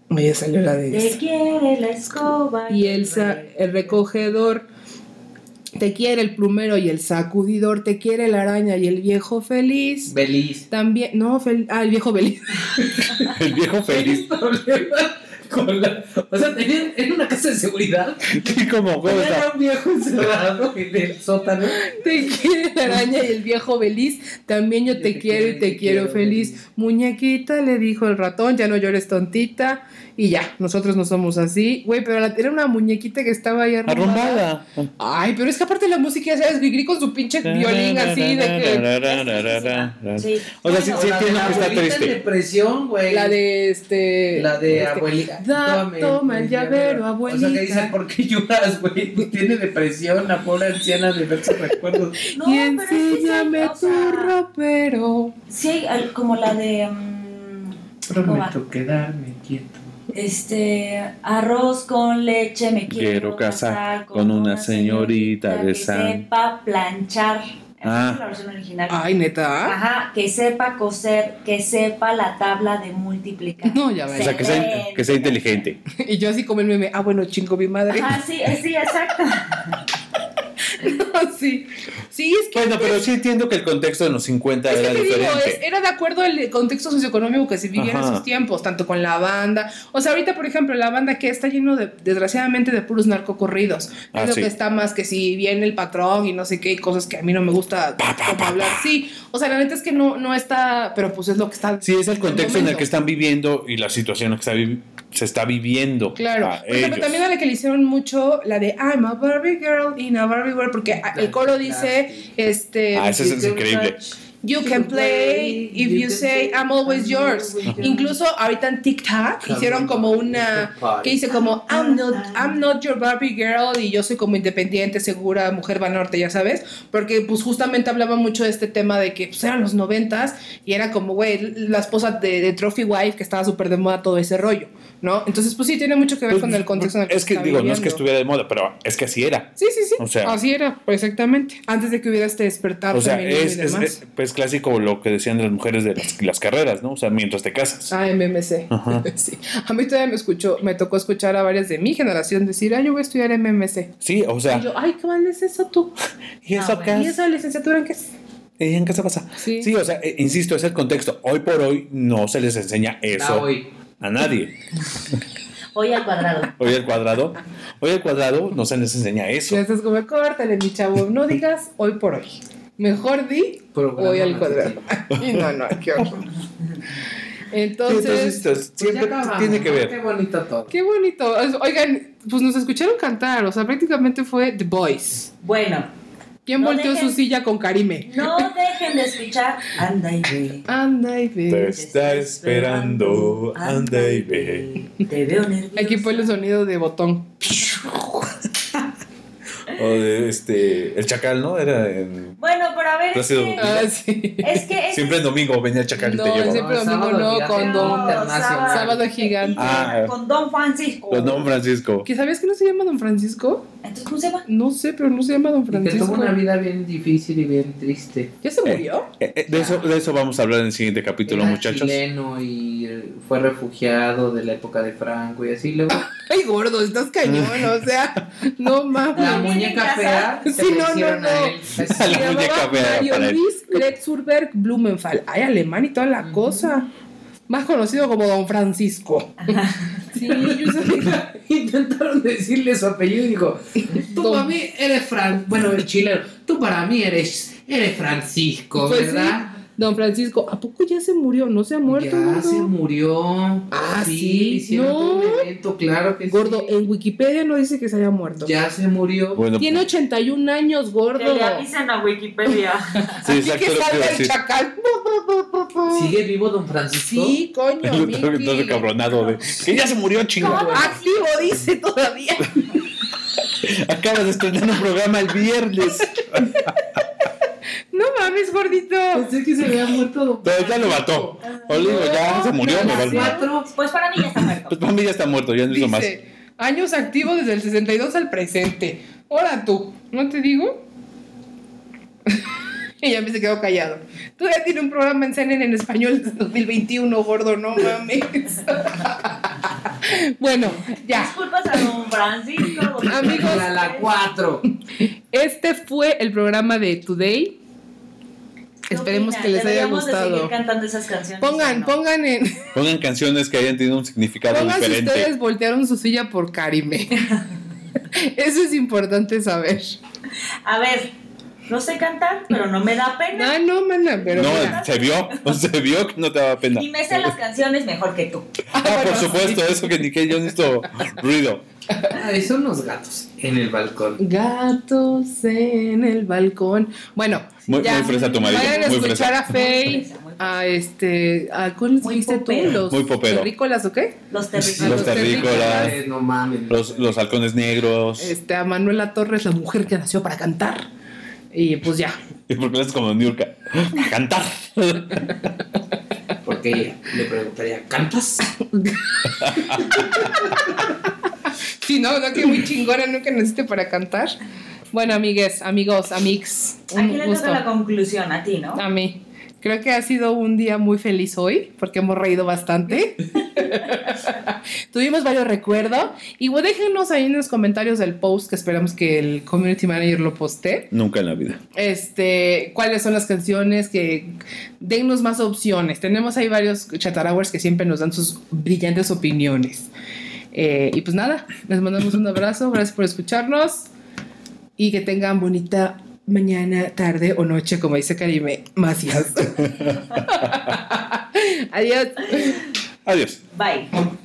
[SPEAKER 2] Oye, salió la de...
[SPEAKER 4] Te quiere la escoba.
[SPEAKER 2] y el, sa- el recogedor te quiere el plumero y el sacudidor te quiere la araña y el viejo feliz
[SPEAKER 3] Beliz.
[SPEAKER 2] también no fel- ah el viejo feliz
[SPEAKER 5] El viejo feliz.
[SPEAKER 3] ¿Tienes problemas con la... O sea, tenían en una casa de seguridad.
[SPEAKER 5] Sí, como güey, o sea,
[SPEAKER 3] Era un viejo encerrado en el sótano.
[SPEAKER 2] te quiere la araña y el viejo feliz también yo te, quiero y te quiero, feliz muñequita le dijo el ratón ya no llores tontita y ya nosotros no somos así güey pero la- era una muñequita que estaba ahí arrumbada
[SPEAKER 5] Arrumbada.
[SPEAKER 2] ay pero es que aparte la música ya sabes Gri con su pinche violín así de que
[SPEAKER 4] Sí.
[SPEAKER 5] O sea, sí,
[SPEAKER 3] O
[SPEAKER 5] sí
[SPEAKER 3] la de
[SPEAKER 5] entiendo
[SPEAKER 3] la
[SPEAKER 5] que está
[SPEAKER 3] abuelita en
[SPEAKER 5] triste.
[SPEAKER 3] depresión, güey.
[SPEAKER 2] la de este
[SPEAKER 3] La de
[SPEAKER 2] este,
[SPEAKER 3] abuelita.
[SPEAKER 2] Da- toma el llavero,
[SPEAKER 3] O sea,
[SPEAKER 2] abuelita.
[SPEAKER 3] que dicen, ¿por qué lloras, güey? Tiene depresión la pobre anciana de verse recuerdos.
[SPEAKER 4] No,
[SPEAKER 2] y
[SPEAKER 4] pero es que sí,
[SPEAKER 2] enséñame
[SPEAKER 4] o
[SPEAKER 2] tu
[SPEAKER 4] sea,
[SPEAKER 2] ropero.
[SPEAKER 4] Sí, hay al- como la de... mm,
[SPEAKER 3] Prometo quedarme quieto.
[SPEAKER 4] Este arroz con leche me quiero,
[SPEAKER 5] Quiero casar con una señorita de
[SPEAKER 4] que
[SPEAKER 5] San-
[SPEAKER 4] sepa planchar.
[SPEAKER 5] Ah.
[SPEAKER 4] Esa es la versión original.
[SPEAKER 2] Ay, ah. neta.
[SPEAKER 4] Ajá, que sepa coser, que sepa la tabla de multiplicar.
[SPEAKER 2] No, ya
[SPEAKER 5] O
[SPEAKER 2] ves.
[SPEAKER 5] sea, que sea, que sea inteligente.
[SPEAKER 2] Y yo así como el meme, ah, bueno, chingo mi madre.
[SPEAKER 4] Ajá, sí, eh, sí, exacto.
[SPEAKER 2] sí. Sí, es que.
[SPEAKER 5] Bueno, pero sí entiendo que el contexto en los 50
[SPEAKER 2] es que
[SPEAKER 5] era
[SPEAKER 2] te digo, es-
[SPEAKER 5] diferente.
[SPEAKER 2] era de acuerdo al contexto socioeconómico que se vivía en
[SPEAKER 5] Ajá.
[SPEAKER 2] esos tiempos, tanto con la banda. O sea, ahorita, por ejemplo, la banda que está lleno, de, desgraciadamente, de puros narcocorridos.
[SPEAKER 5] Ah,
[SPEAKER 2] es lo
[SPEAKER 5] sí.
[SPEAKER 2] que está más que si viene el patrón y no sé qué, y cosas que a mí no me gusta como hablar. Sí, o sea, la neta es que no, no está, pero pues es lo que está.
[SPEAKER 5] Sí, es el contexto en el
[SPEAKER 2] momento.
[SPEAKER 5] que están viviendo y la situación en la que está vi- se está viviendo.
[SPEAKER 2] Claro,
[SPEAKER 5] a
[SPEAKER 2] Por ejemplo,
[SPEAKER 5] ellos.
[SPEAKER 2] también a la que le hicieron mucho la de I'm a Barbie girl in a Barbie world, porque a- Ah, el coro dice, este,
[SPEAKER 5] Ah, ese es increíble.
[SPEAKER 2] you can play if you say I'm always yours. Incluso ahorita en TikTok hicieron como una que dice como I'm not I'm not your Barbie girl y yo soy como independiente, segura, mujer norte, ya sabes, porque pues justamente hablaba mucho de este tema de que pues eran los noventas y era como güey la esposa de, de Trophy Wife que estaba súper de moda todo ese rollo, ¿no? Entonces pues sí tiene mucho que ver
[SPEAKER 5] Pues,
[SPEAKER 2] con el contexto en el que
[SPEAKER 5] es que
[SPEAKER 2] se está
[SPEAKER 5] digo, no es que
[SPEAKER 2] viviendo.
[SPEAKER 5] estuviera de moda, pero es que así era.
[SPEAKER 2] Sí, sí, sí.
[SPEAKER 5] O sea-
[SPEAKER 2] Así era, exactamente. Antes de que hubiera este despertar
[SPEAKER 5] O sea,
[SPEAKER 2] femenino
[SPEAKER 5] es,
[SPEAKER 2] y
[SPEAKER 5] es-
[SPEAKER 2] demás.
[SPEAKER 5] es- pues clásico lo que decían las mujeres de las, las carreras, ¿no? O sea, mientras te casas.
[SPEAKER 2] Ah, MMC.
[SPEAKER 5] Ajá.
[SPEAKER 2] Sí. A mí todavía me escuchó, me tocó escuchar a varias de mi generación decir, ah, yo voy a estudiar MMC.
[SPEAKER 5] Sí, o sea,
[SPEAKER 2] Y yo, ay, ¿qué mal es eso tú?
[SPEAKER 5] ¿y eso
[SPEAKER 4] Ah,
[SPEAKER 5] acá?
[SPEAKER 2] ¿Y esa licenciatura en qué es?
[SPEAKER 5] ¿Y en qué se pasa?
[SPEAKER 2] Sí.
[SPEAKER 5] Sí, o sea, eh, insisto, es el contexto. Hoy por hoy no se les enseña
[SPEAKER 3] Ah,
[SPEAKER 5] eso
[SPEAKER 3] hoy.
[SPEAKER 5] a nadie.
[SPEAKER 4] Hoy al cuadrado.
[SPEAKER 5] Hoy al cuadrado, hoy al cuadrado no se les enseña
[SPEAKER 2] Y
[SPEAKER 5] eso.
[SPEAKER 2] estás como, córtale, mi chavo, no digas hoy por hoy. Mejor di
[SPEAKER 3] Programa
[SPEAKER 2] hoy al
[SPEAKER 3] matutino.
[SPEAKER 2] cuadrado. y no, no, qué horror.
[SPEAKER 5] Sí,
[SPEAKER 2] Entonces,
[SPEAKER 5] entonces, esto
[SPEAKER 3] Pues
[SPEAKER 5] siempre
[SPEAKER 3] ya acabamos,
[SPEAKER 5] tiene que
[SPEAKER 3] ¿no?
[SPEAKER 5] ver.
[SPEAKER 3] Qué bonito todo.
[SPEAKER 2] qué bonito. Oigan, pues nos escucharon cantar, o sea, prácticamente fue The Voice.
[SPEAKER 4] Bueno,
[SPEAKER 2] ¿Quién
[SPEAKER 4] No
[SPEAKER 2] volteó
[SPEAKER 4] dejen-
[SPEAKER 2] su silla con Karime?
[SPEAKER 4] no dejen de escuchar. Anda y ve.
[SPEAKER 2] Anda y
[SPEAKER 5] Te
[SPEAKER 2] ve.
[SPEAKER 5] está esperando, anda y ve.
[SPEAKER 4] Te veo nervioso.
[SPEAKER 2] Aquí fue el sonido de botón.
[SPEAKER 5] O de este, el chacal, ¿no? Era en.
[SPEAKER 4] Bueno, pero a ver. Es
[SPEAKER 5] Plácido
[SPEAKER 4] que,
[SPEAKER 2] Ah, sí.
[SPEAKER 4] es que es-
[SPEAKER 5] Siempre el domingo venía el chacal y
[SPEAKER 2] No,
[SPEAKER 5] te llevaba.
[SPEAKER 2] siempre domingo
[SPEAKER 3] sábado
[SPEAKER 2] no,
[SPEAKER 3] gigante
[SPEAKER 2] condón.
[SPEAKER 3] internacional.
[SPEAKER 2] Sábado gigante.
[SPEAKER 5] Ah.
[SPEAKER 4] con Don este, Francisco.
[SPEAKER 5] Los don Francisco.
[SPEAKER 2] ¿Que sabías que no se llama Don Francisco?
[SPEAKER 4] Entonces, ¿cómo se llama?
[SPEAKER 2] No sé, pero no se llama Don
[SPEAKER 3] Y que
[SPEAKER 2] Francisco.
[SPEAKER 3] tuvo una vida bien difícil y bien triste.
[SPEAKER 2] ¿Ya se murió?
[SPEAKER 5] Eh, eh, de, eso, de eso vamos a hablar en el siguiente capítulo,
[SPEAKER 3] Era
[SPEAKER 5] muchachos.
[SPEAKER 3] chileno y eh, fue refugiado de la época de Franco y así luego.
[SPEAKER 2] Ay, gordo, estás cañón, o sea, no
[SPEAKER 3] La
[SPEAKER 2] mames.
[SPEAKER 3] muñeca fea se
[SPEAKER 2] Sí,
[SPEAKER 3] le
[SPEAKER 2] no, no,
[SPEAKER 3] hicieron
[SPEAKER 2] no.
[SPEAKER 3] a él. Así.
[SPEAKER 5] La
[SPEAKER 2] Se
[SPEAKER 5] muñeca
[SPEAKER 2] llamaba
[SPEAKER 5] fea,
[SPEAKER 2] Mario
[SPEAKER 5] para él.
[SPEAKER 2] Luis Kretzurberg Blumenfall. Ay, alemán y toda la
[SPEAKER 3] Ujú.
[SPEAKER 2] cosa. Más conocido como Don Francisco. Sí, yo sabía.
[SPEAKER 3] Intentaron decirle su apellido y dijo, tú
[SPEAKER 2] Don-
[SPEAKER 3] para mí eres Fran, bueno, el chileno, tú para mí eres, eres Francisco,
[SPEAKER 2] Pues sí.
[SPEAKER 3] ¿verdad?
[SPEAKER 2] Don Francisco, ¿a poco ya se murió? ¿No se ha muerto,
[SPEAKER 3] ya
[SPEAKER 2] gordo?
[SPEAKER 3] se murió.
[SPEAKER 2] Ah, sí.
[SPEAKER 3] le hicieron
[SPEAKER 2] No.
[SPEAKER 3] todo un evento, claro que
[SPEAKER 2] Gordo, eh.
[SPEAKER 3] sí.
[SPEAKER 2] en Wikipedia no dice que se haya muerto.
[SPEAKER 3] Ya se murió.
[SPEAKER 5] Bueno, pues.
[SPEAKER 2] Tiene 81 años, gordo.
[SPEAKER 4] Que le avisen a Wikipedia.
[SPEAKER 5] sí,
[SPEAKER 2] Así
[SPEAKER 5] exacto
[SPEAKER 2] que
[SPEAKER 5] lo que iba a
[SPEAKER 2] salga el
[SPEAKER 5] decir.
[SPEAKER 2] chacal.
[SPEAKER 3] ¿Sigue vivo don Francisco?
[SPEAKER 2] Sí, coño.
[SPEAKER 5] El otro- el
[SPEAKER 2] Miki.
[SPEAKER 5] otro cabronado de. Que ya se murió, chinga.
[SPEAKER 2] Activo dice todavía.
[SPEAKER 5] Acabas de estrenar un programa el viernes.
[SPEAKER 2] No mames, gordito.
[SPEAKER 3] Pensé que se había muerto don
[SPEAKER 5] Pero ya lo mató. O le digo, ya se murió, me va a matar.
[SPEAKER 3] Cuatro.
[SPEAKER 4] Pues para mí ya está muerto.
[SPEAKER 5] Pues para mí ya está muerto, ya no hizo más.
[SPEAKER 2] Dice, años activos desde el 62 al presente. Ahora tú, ¿no te digo? y ya me se quedó callado. Tú ya tienes un programa en CNN en español desde 2021, gordo, no mames. bueno, ya.
[SPEAKER 4] Disculpas a Don Francisco. don
[SPEAKER 2] Amigos.
[SPEAKER 3] A la cuatro.
[SPEAKER 2] Este fue el programa de Today.
[SPEAKER 4] ¿Qué
[SPEAKER 2] Esperemos
[SPEAKER 4] opinan?
[SPEAKER 2] que les haya
[SPEAKER 4] ¿Deberíamos de seguir
[SPEAKER 2] gustado.
[SPEAKER 4] cantando esas canciones.
[SPEAKER 2] Pongan,
[SPEAKER 4] o no?
[SPEAKER 2] pongan en,
[SPEAKER 5] Pongan canciones que hayan tenido un significado
[SPEAKER 2] pongan si
[SPEAKER 5] diferente.
[SPEAKER 2] ustedes voltearon su silla por Karime. Eso es importante saber.
[SPEAKER 4] A ver, no sé cantar, pero no me da pena.
[SPEAKER 2] No, Ah, no, mana, pero
[SPEAKER 5] no,
[SPEAKER 2] mira.
[SPEAKER 5] se vio, se vio que no te daba pena.
[SPEAKER 4] Y me sé las canciones mejor que tú.
[SPEAKER 2] Ah,
[SPEAKER 5] Ah, por
[SPEAKER 2] bueno,
[SPEAKER 5] supuesto, eso que ni que yo necesito ruido.
[SPEAKER 3] Ay, Ah, son los gatos en el balcón.
[SPEAKER 2] sí. Gatos en el balcón. Bueno,
[SPEAKER 5] Muy,
[SPEAKER 2] ya.
[SPEAKER 5] muy fresa tu marido,
[SPEAKER 2] vayan a
[SPEAKER 5] muy
[SPEAKER 2] escuchar
[SPEAKER 5] fresa.
[SPEAKER 2] a Faye,
[SPEAKER 4] Muy fresa, muy fresa.
[SPEAKER 2] a este, a ¿cuál les
[SPEAKER 4] Muy
[SPEAKER 2] dijiste tú?
[SPEAKER 4] popero.
[SPEAKER 2] Los
[SPEAKER 5] Muy popero.
[SPEAKER 2] terrícolas, ¿o qué?
[SPEAKER 4] Los
[SPEAKER 2] A
[SPEAKER 5] Los
[SPEAKER 4] terribles.
[SPEAKER 5] terrícolas,
[SPEAKER 3] Ay, no mames.
[SPEAKER 5] los, los halcones negros.
[SPEAKER 2] Este, a Manuela Torres, la mujer que nació para cantar. Y pues ya.
[SPEAKER 5] ¿Y por qué le haces como Niurka? A cantar.
[SPEAKER 3] Porque ella le preguntaría, ¿cantas?
[SPEAKER 2] Sí, no, no, que muy chingona, nunca naciste para cantar. Bueno, amigues, amigos, amix. Un
[SPEAKER 4] Aquí le
[SPEAKER 2] gusto.
[SPEAKER 4] toca la conclusión a ti, ¿no?
[SPEAKER 2] A mí. Creo que ha sido un día muy feliz hoy porque hemos reído bastante. Tuvimos varios recuerdos. Y bueno, déjenos ahí en los comentarios del post que esperamos que el community manager lo postee.
[SPEAKER 5] Nunca en la vida.
[SPEAKER 2] Este, cuáles son las canciones que dennos más opciones. Tenemos ahí varios chatarauers que siempre nos dan sus brillantes opiniones. Eh, y pues nada, les mandamos un abrazo. Gracias por escucharnos y que tengan bonita mañana, tarde o noche, como dice Karime Macías. Adiós.
[SPEAKER 5] Adiós.
[SPEAKER 4] Bye.